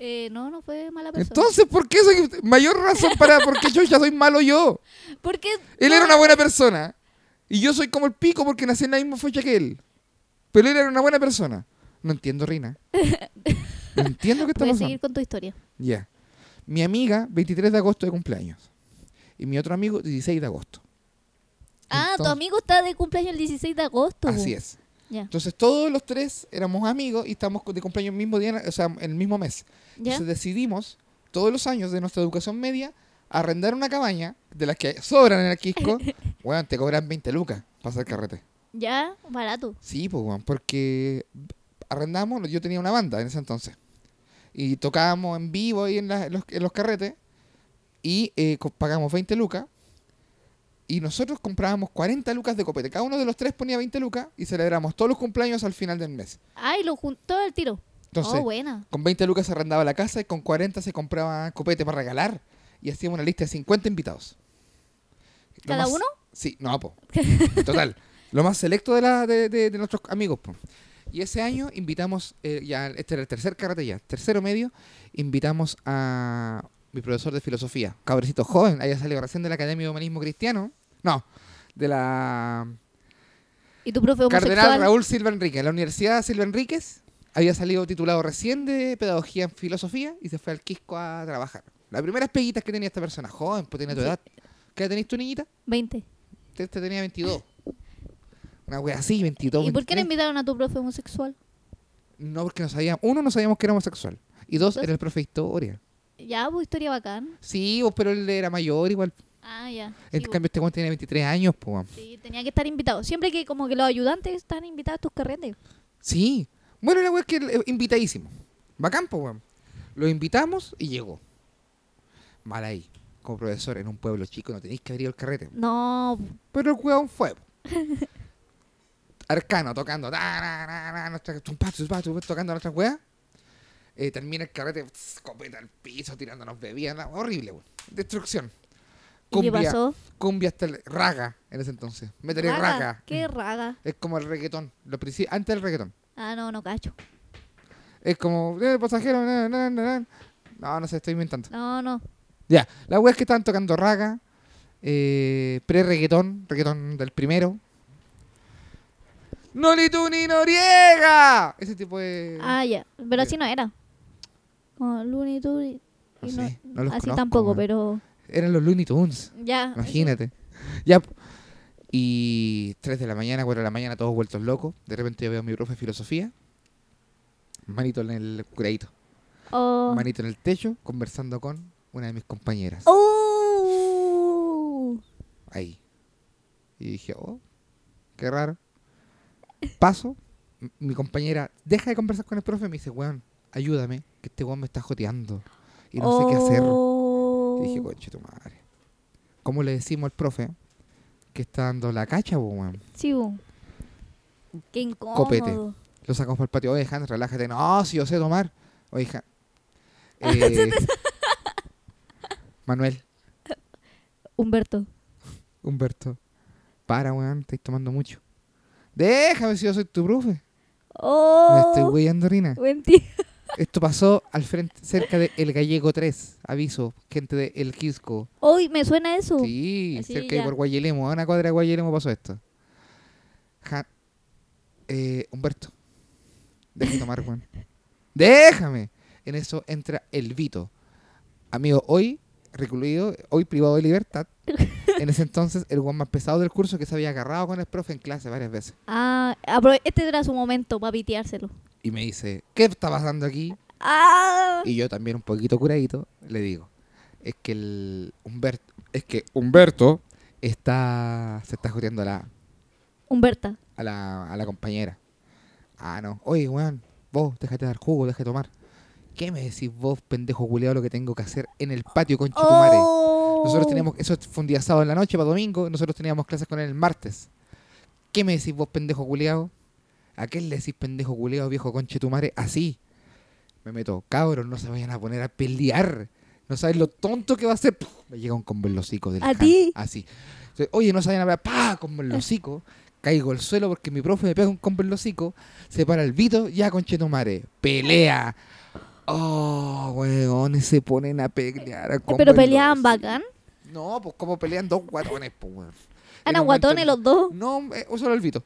Eh, no, no fue mala persona. Entonces, ¿por qué soy mayor razón para por qué yo ya soy malo yo? Porque. Él era una Ah, buena persona. Y yo soy como el pico porque nací en la misma fecha que él. Pero él era una buena persona. No entiendo, Reina. No entiendo qué está Voy a pasando. seguir con tu historia. Ya. Mi amiga, 23 de agosto de cumpleaños. Y mi otro amigo, 16 de agosto. Ah, tu Entonces- amigo está de cumpleaños el 16 de agosto. pues. Así po. es. Ya. Entonces todos los tres éramos amigos y estamos de cumpleaños el mismo día, o sea, el mismo mes. ¿Ya? Entonces decidimos, todos los años de nuestra educación media, arrendar una cabaña de las que sobran en el Quisco. Weón, te cobran 20 lucas para hacer carrete. ya, barato. Sí, pues, weón, porque arrendamos, yo tenía una banda en ese entonces. Y tocábamos en vivo ahí en, la- en los, en los carretes. Y eh, co- pagamos 20 lucas. Y nosotros comprábamos 40 lucas de copete. Cada uno de los tres ponía 20 lucas y celebramos todos los cumpleaños al final del mes. Ay, lo juntó al tiro. Entonces, oh, buena. con 20 lucas se arrendaba la casa y con 40 se compraba copete para regalar. Y hacíamos una lista de 50 invitados. Lo ¿Cada uno? Sí, no, po. Total. Lo más selecto de, la, de, de- de nuestros amigos, po. Y ese año invitamos, eh, ya, este era el tercer carrete ya, tercero medio, invitamos a mi profesor de filosofía, cabrecito joven, había salido recién de la Academia de Humanismo Cristiano. No, de la ¿Y tu profe homosexual? Cardenal Raúl Silva Enríquez. La Universidad Silva Enríquez había salido titulado recién de Pedagogía en Filosofía y se fue al Quisco a trabajar. Las primeras peguitas que tenía esta persona, joven, pues tenía tu Sí. edad. ¿Qué edad tenías tu niñita? 20. Te, te tenía 22. Una wea así, 22. ¿Y por qué no 23. invitaron a tu profe homosexual? No, porque no sabíamos. Uno, no sabíamos que era homosexual. Y dos, era el profe de historia. Ya, pues historia bacán. Sí, vos, pero él era mayor igual. Ah, ya. En Sí, pues, cambio, este Juan tiene 23 años, pues. weón. sí, tenía que estar invitado. Siempre que como que los ayudantes están invitados a tus carretes. Sí. Bueno, la wea es que eh, invitadísimo. Bacán, pues, weón. Lo invitamos y llegó. Mal ahí. Como profesor en un pueblo chico no tenéis que abrir el carrete. No, Pero el weón fue. Arcano tocando. ta, ra, ra, ra, nuestra- tum, pa, tum, pa, tum, tocando nuestras weas. Eh, termina el carrete, tss, copeta al piso, tirándonos bebidas. la- Horrible, weón. Destrucción. ¿y qué pasó? Cumbia hasta el raga en ese entonces. Métele Raga, raga. ¿Qué raga? Es como el reggaetón. Lo princi- antes del reggaetón. Ah, no, no cacho. Es como, eh, pasajero, na, na, na, na. No, no sé, estoy inventando. No, no. Ya, la wea es que estaban tocando raga, eh, pre-reggaetón, reggaetón del primero. ¡Nolitu ni Noriega! Ese tipo de... Ah, ya. Pero así no era. Como Looney Tunes. y No sé, Ah, no los así conozco, tampoco, man. pero Eran los Looney Tunes, ya. imagínate. Ya, p- y 3 de la mañana, 4 de la mañana, todos vueltos locos. De repente yo veo a mi profe de filosofía. Manito en el curadito. Oh. Manito en el techo, conversando con una de mis compañeras. Oh. ahí. Y dije, oh, qué raro. Paso, m- mi compañera deja de conversar con el profe y me dice, weón, ayúdame, que este weón me está joteando. Y no sé qué hacer. Oh. Y dije, coche, tu madre. ¿Cómo le decimos al profe que está dando la cacha, po, weón? Sí, bo. Qué incómodo. Copete. Lo sacamos para el patio. Oye, Hans, relájate. No, si yo sé tomar. Oye, Han. Eh, Manuel, Humberto. Humberto, para, weón, estáis tomando mucho. Déjame si yo soy tu profe. Me estoy Oh. weyando, Rina. Mentira. Esto pasó al frente, cerca de El Gallego 3. Aviso, gente de El Quisco. Hoy me suena eso. Sí, Uh, así cerca de ya. por Guayelemo. A una cuadra de Guayelemo pasó esto. Ja- eh, Humberto. Deja de tomar, Juan. ¡Déjame! En eso entra el Vito. Amigo, hoy recluido, hoy privado de libertad. En ese entonces, el guan más pesado del curso que se había agarrado con el profe en clase varias veces. Ah, apro- este era su momento para piteárselo. Y me dice, ¿qué está pasando aquí? Ah. Y yo también un poquito curadito le digo, es que el Humberto, es que Humberto está se está joteando a la, Humberta. a la, a la compañera. Ah, no. Oye, weón, vos, déjate dar jugo, déjate tomar. ¿Qué me decís vos, pendejo culeado, lo que tengo que hacer en el patio con Chitumare? Oh. Nosotros teníamos, eso fue un día sábado en la noche para domingo, nosotros teníamos clases con él el martes. ¿Qué me decís vos, pendejo culeado? ¿A qué le decís pendejo culeado, viejo conche tu madre? Así. Me meto, cabros, no se vayan a poner a pelear. No sabes lo tonto que va a ser. Puf, Me llega un combo en los hocico del ¿A Han, ti? Eh. Así. Entonces, Oye, no se vayan a pelear. ¡Pah! Combo en los hocico. Caigo al suelo porque mi profe me pega un combo en los hocico. Se para el vito, ya conche tu madre. Pelea. Oh, weones, se ponen a pelear. a combo en Eh, Pero los peleaban hocico. bacán. No, pues como pelean dos guatones, pues, weón. En Eran un momento Ah, guatones el- los dos. No, eh, o solo el Vito.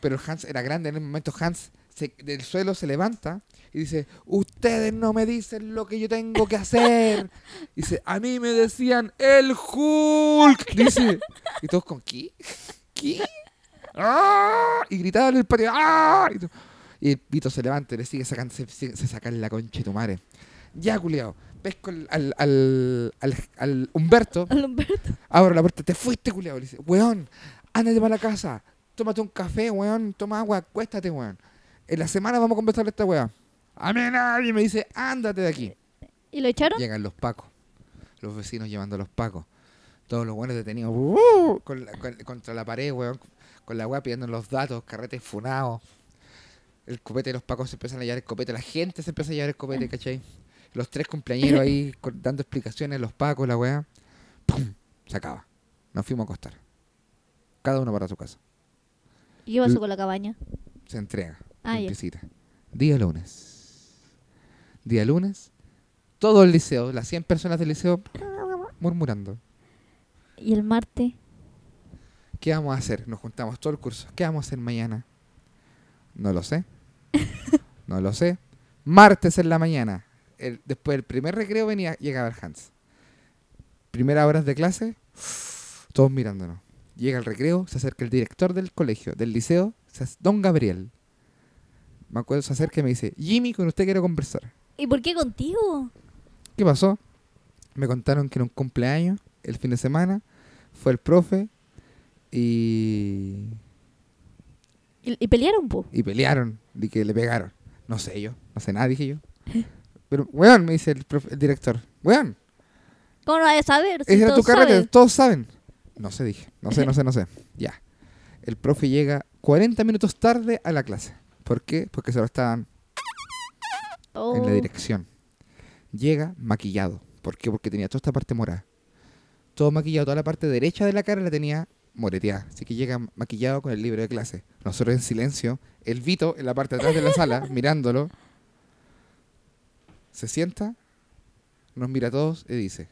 Pero el Hans era grande en el momento. Hans se- del suelo se levanta y dice, ustedes no me dicen lo que yo tengo que hacer. dice, a mí me decían el Hulk. Dice, y todos con ¿qué? ¿Qué? ¡Ah! Y gritaban en el patio, ¡ah! Y, to- y el Vito se levanta y le sigue sacando, se, se- se saca la concha de tu madre. Ya, culiao, ves con, al, al, al, al Humberto Al Humberto. Abro la puerta, te fuiste, culiao. Le dice, weón, ándate para la casa. Tómate un café, weón. Toma agua, acuéstate, weón. En la semana vamos a conversar esta weá. A mí nadie me dice, ándate de aquí. ¿Y lo echaron? Llegan los pacos. Los vecinos llevando a los pacos. Todos los buenos detenidos. ¡uh! con la- con- contra la pared, weón. Con la weá pidiendo los datos, carretes funados. El copete de los pacos se empiezan a llevar el copete. La gente se empieza a llevar el copete, ¿cachai? Los tres compañeros ahí con- dando explicaciones, los pacos, la weá. ¡Pum! Se acaba. Nos fuimos a acostar. Cada uno para su casa. ¿Y qué pasó con la cabaña? Se entrega. Ah, ya. limpiecita. Día lunes. Día lunes. Todo el liceo, las 100 personas del liceo murmurando. ¿Y el martes? ¿Qué vamos a hacer? Nos juntamos todo el curso. ¿Qué vamos a hacer mañana? No lo sé. No lo sé. Martes en la mañana. El- después del primer recreo venía, llegaba el Hans. Primeras horas de clase, todos mirándonos. Llega el recreo, se acerca el director del colegio, del liceo, se ac- don Gabriel. Me acuerdo, se acerca y me dice, Jimmy, con usted quiero conversar. ¿Y por qué contigo? ¿Qué pasó? Me contaron que en un cumpleaños, el fin de semana, fue el profe y ¿Y, y pelearon, po? y pelearon y que le pegaron. No sé yo, no sé nada, dije yo. Pero, weón, me dice el, profe- el director, weón, ¿Cómo no vas a saber? Si ese era Pues todos tu carrete, saben? todos saben. No sé, dije, no sé, no sé, no sé. Ya. El profe llega 40 minutos tarde a la clase. ¿Por qué? Porque se lo estaban en Oh, la dirección. Llega maquillado. ¿Por qué? Porque tenía toda esta parte morada. Todo maquillado, toda la parte derecha de la cara la tenía moreteada. Así que llega maquillado con el libro de clase. Nosotros en silencio, el Vito en la parte de atrás de la sala, mirándolo. Se sienta, nos mira a todos y dice.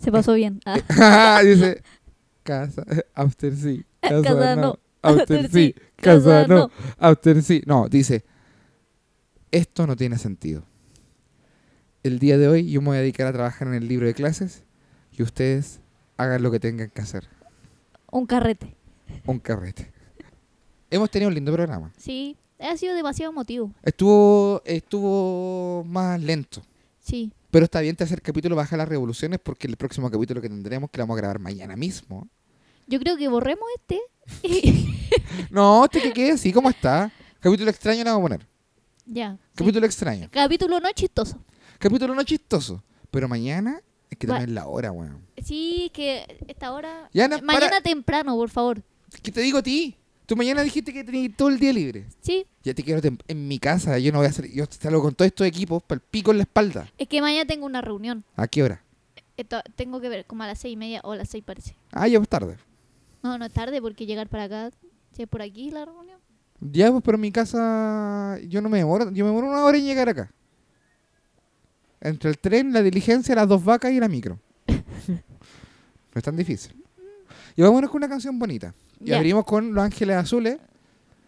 Se pasó bien. Eh, Ah, dice. Casa, after sí, casa, Casa no, no, after sí, casa, no, After sí. No, dice, esto no tiene sentido. El día de hoy yo me voy a dedicar a trabajar en el libro de clases y ustedes hagan lo que tengan que hacer. Un carrete. Un carrete. Hemos tenido un lindo programa. Sí, ha sido demasiado emotivo. Estuvo, estuvo más lento. Sí. Pero está bien tercer capítulo baja las revoluciones porque el próximo capítulo que tendremos que lo vamos a grabar mañana mismo. Yo creo que borremos este. y- No, este que quede así como está. Capítulo extraño le vamos a poner. ya. sí. Capítulo extraño. Capítulo no chistoso. Capítulo no chistoso. Pero mañana es que Va- también es la hora, weón. Sí, que esta hora. Ya, Ana, Eh, Mañana temprano, por favor. ¿Qué te digo a ti? Tú mañana dijiste que tenías todo el día libre. Sí, Ya te quiero tem- en mi casa. Yo no voy a hacer. Yo salgo con todos estos equipos para el pico en la espalda. es que mañana tengo una reunión. ¿A qué hora? Esto- tengo que ver como a las seis y media o a las seis parece. Ah, ya pues tarde. No, no es tarde porque llegar para acá, si es por aquí la reunión. Ya pues, pero en mi casa. Yo no me demoro. Yo me demoro una hora en llegar acá. Entre el tren, la diligencia, las dos vacas y la micro. no es tan difícil. Y vámonos con una canción bonita. Y Ya. abrimos con Los Ángeles Azules.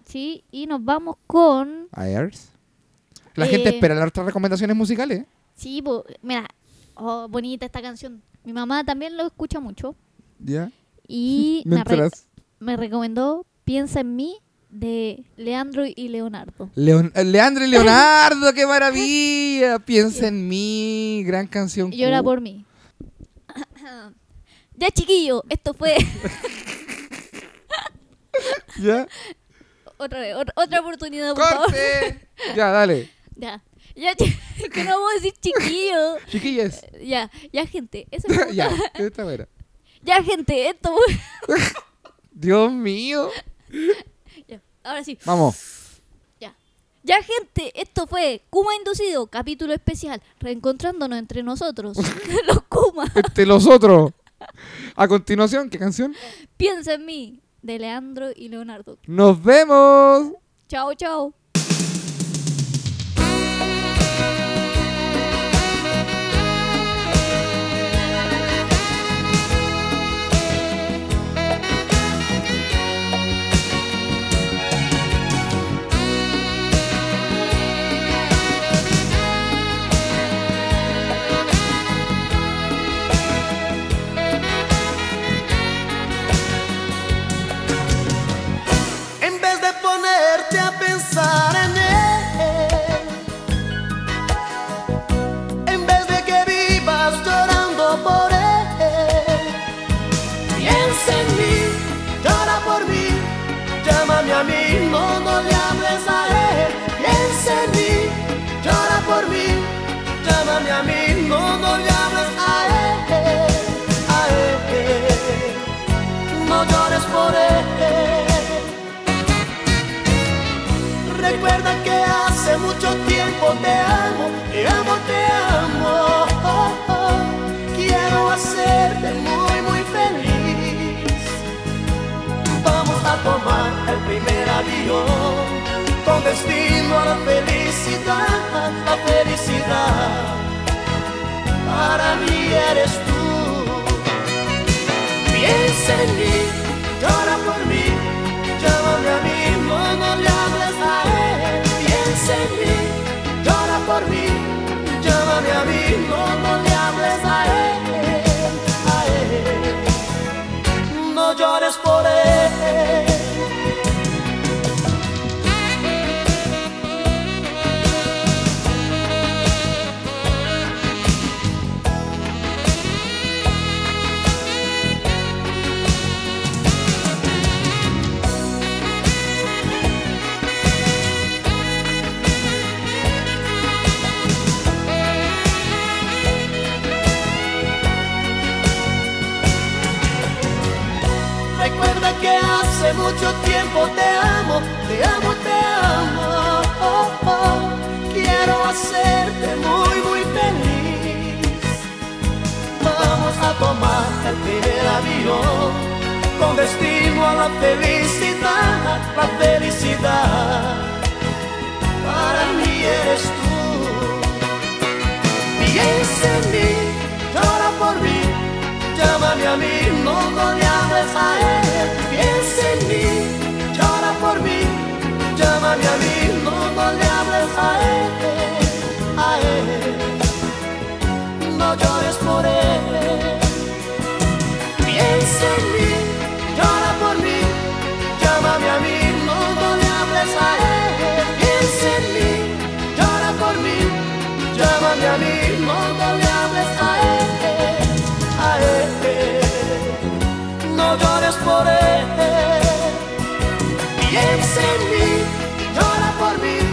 Sí, y nos vamos con... Ayers. La gente Eh. espera las otras recomendaciones musicales. ¿eh? Sí, po- mira, oh, bonita esta canción. Mi mamá también lo escucha mucho Ya. y me, re- me recomendó Piensa en mí de Leandro y Leonardo. Leon- eh, Leandro y Leonardo, qué maravilla. Piensa en mí, gran canción. Llora Uh, por mí. ya chiquillo, esto fue Ya. otra vez, otra, otra oportunidad, por favor. Corte. ya, dale. Ya. Ya, chi- que no vamos a decir chiquillo. Chiquillas. Ya, ya, gente. Eso me gusta. ya, esta buena. Ya, gente, esto. Dios mío. Ya, ahora sí. Vamos. Ya. Ya, gente, esto fue Kuma Inducido, capítulo especial, reencontrándonos entre nosotros, los Kuma. Entre este, los otros. A continuación, ¿qué canción? Piensa en mí, de Leandro y Leonardo. Nos vemos. Chao, chao. por él. Recuerda que hace mucho tiempo te amo, te amo, te amo. Oh, Quiero hacerte muy, muy feliz. Vamos a tomar el primer avión con destino a la felicidad, la felicidad. Para mí eres tú. Piensa en mí, llora por mí, llámame a mí, no, no le hables a él. Piensa en mí, llora por mí, llámame a mí, no, no le hables a él, a él. No llores por él. Recuerda que hace mucho tiempo te amo, te amo, te amo. Oh, oh. Quiero hacerte muy, muy feliz. Vamos a tomar el primer avión con destino a la felicidad, la felicidad. Para mí eres tú. Piensa en mí, llora por mí, llámame a mí, no no le hables a él. Piensa en mí, llora por mí, llámame a mí, no no le hables a él, a él. No llores por él. Piensa en mí, llora por mí, llámame a mí, no no le hables a él. Piensa en mí, llora por mí, llámame a mí, no no le hables a él, a él. No llores por él. Piensa en mí, llora por mí,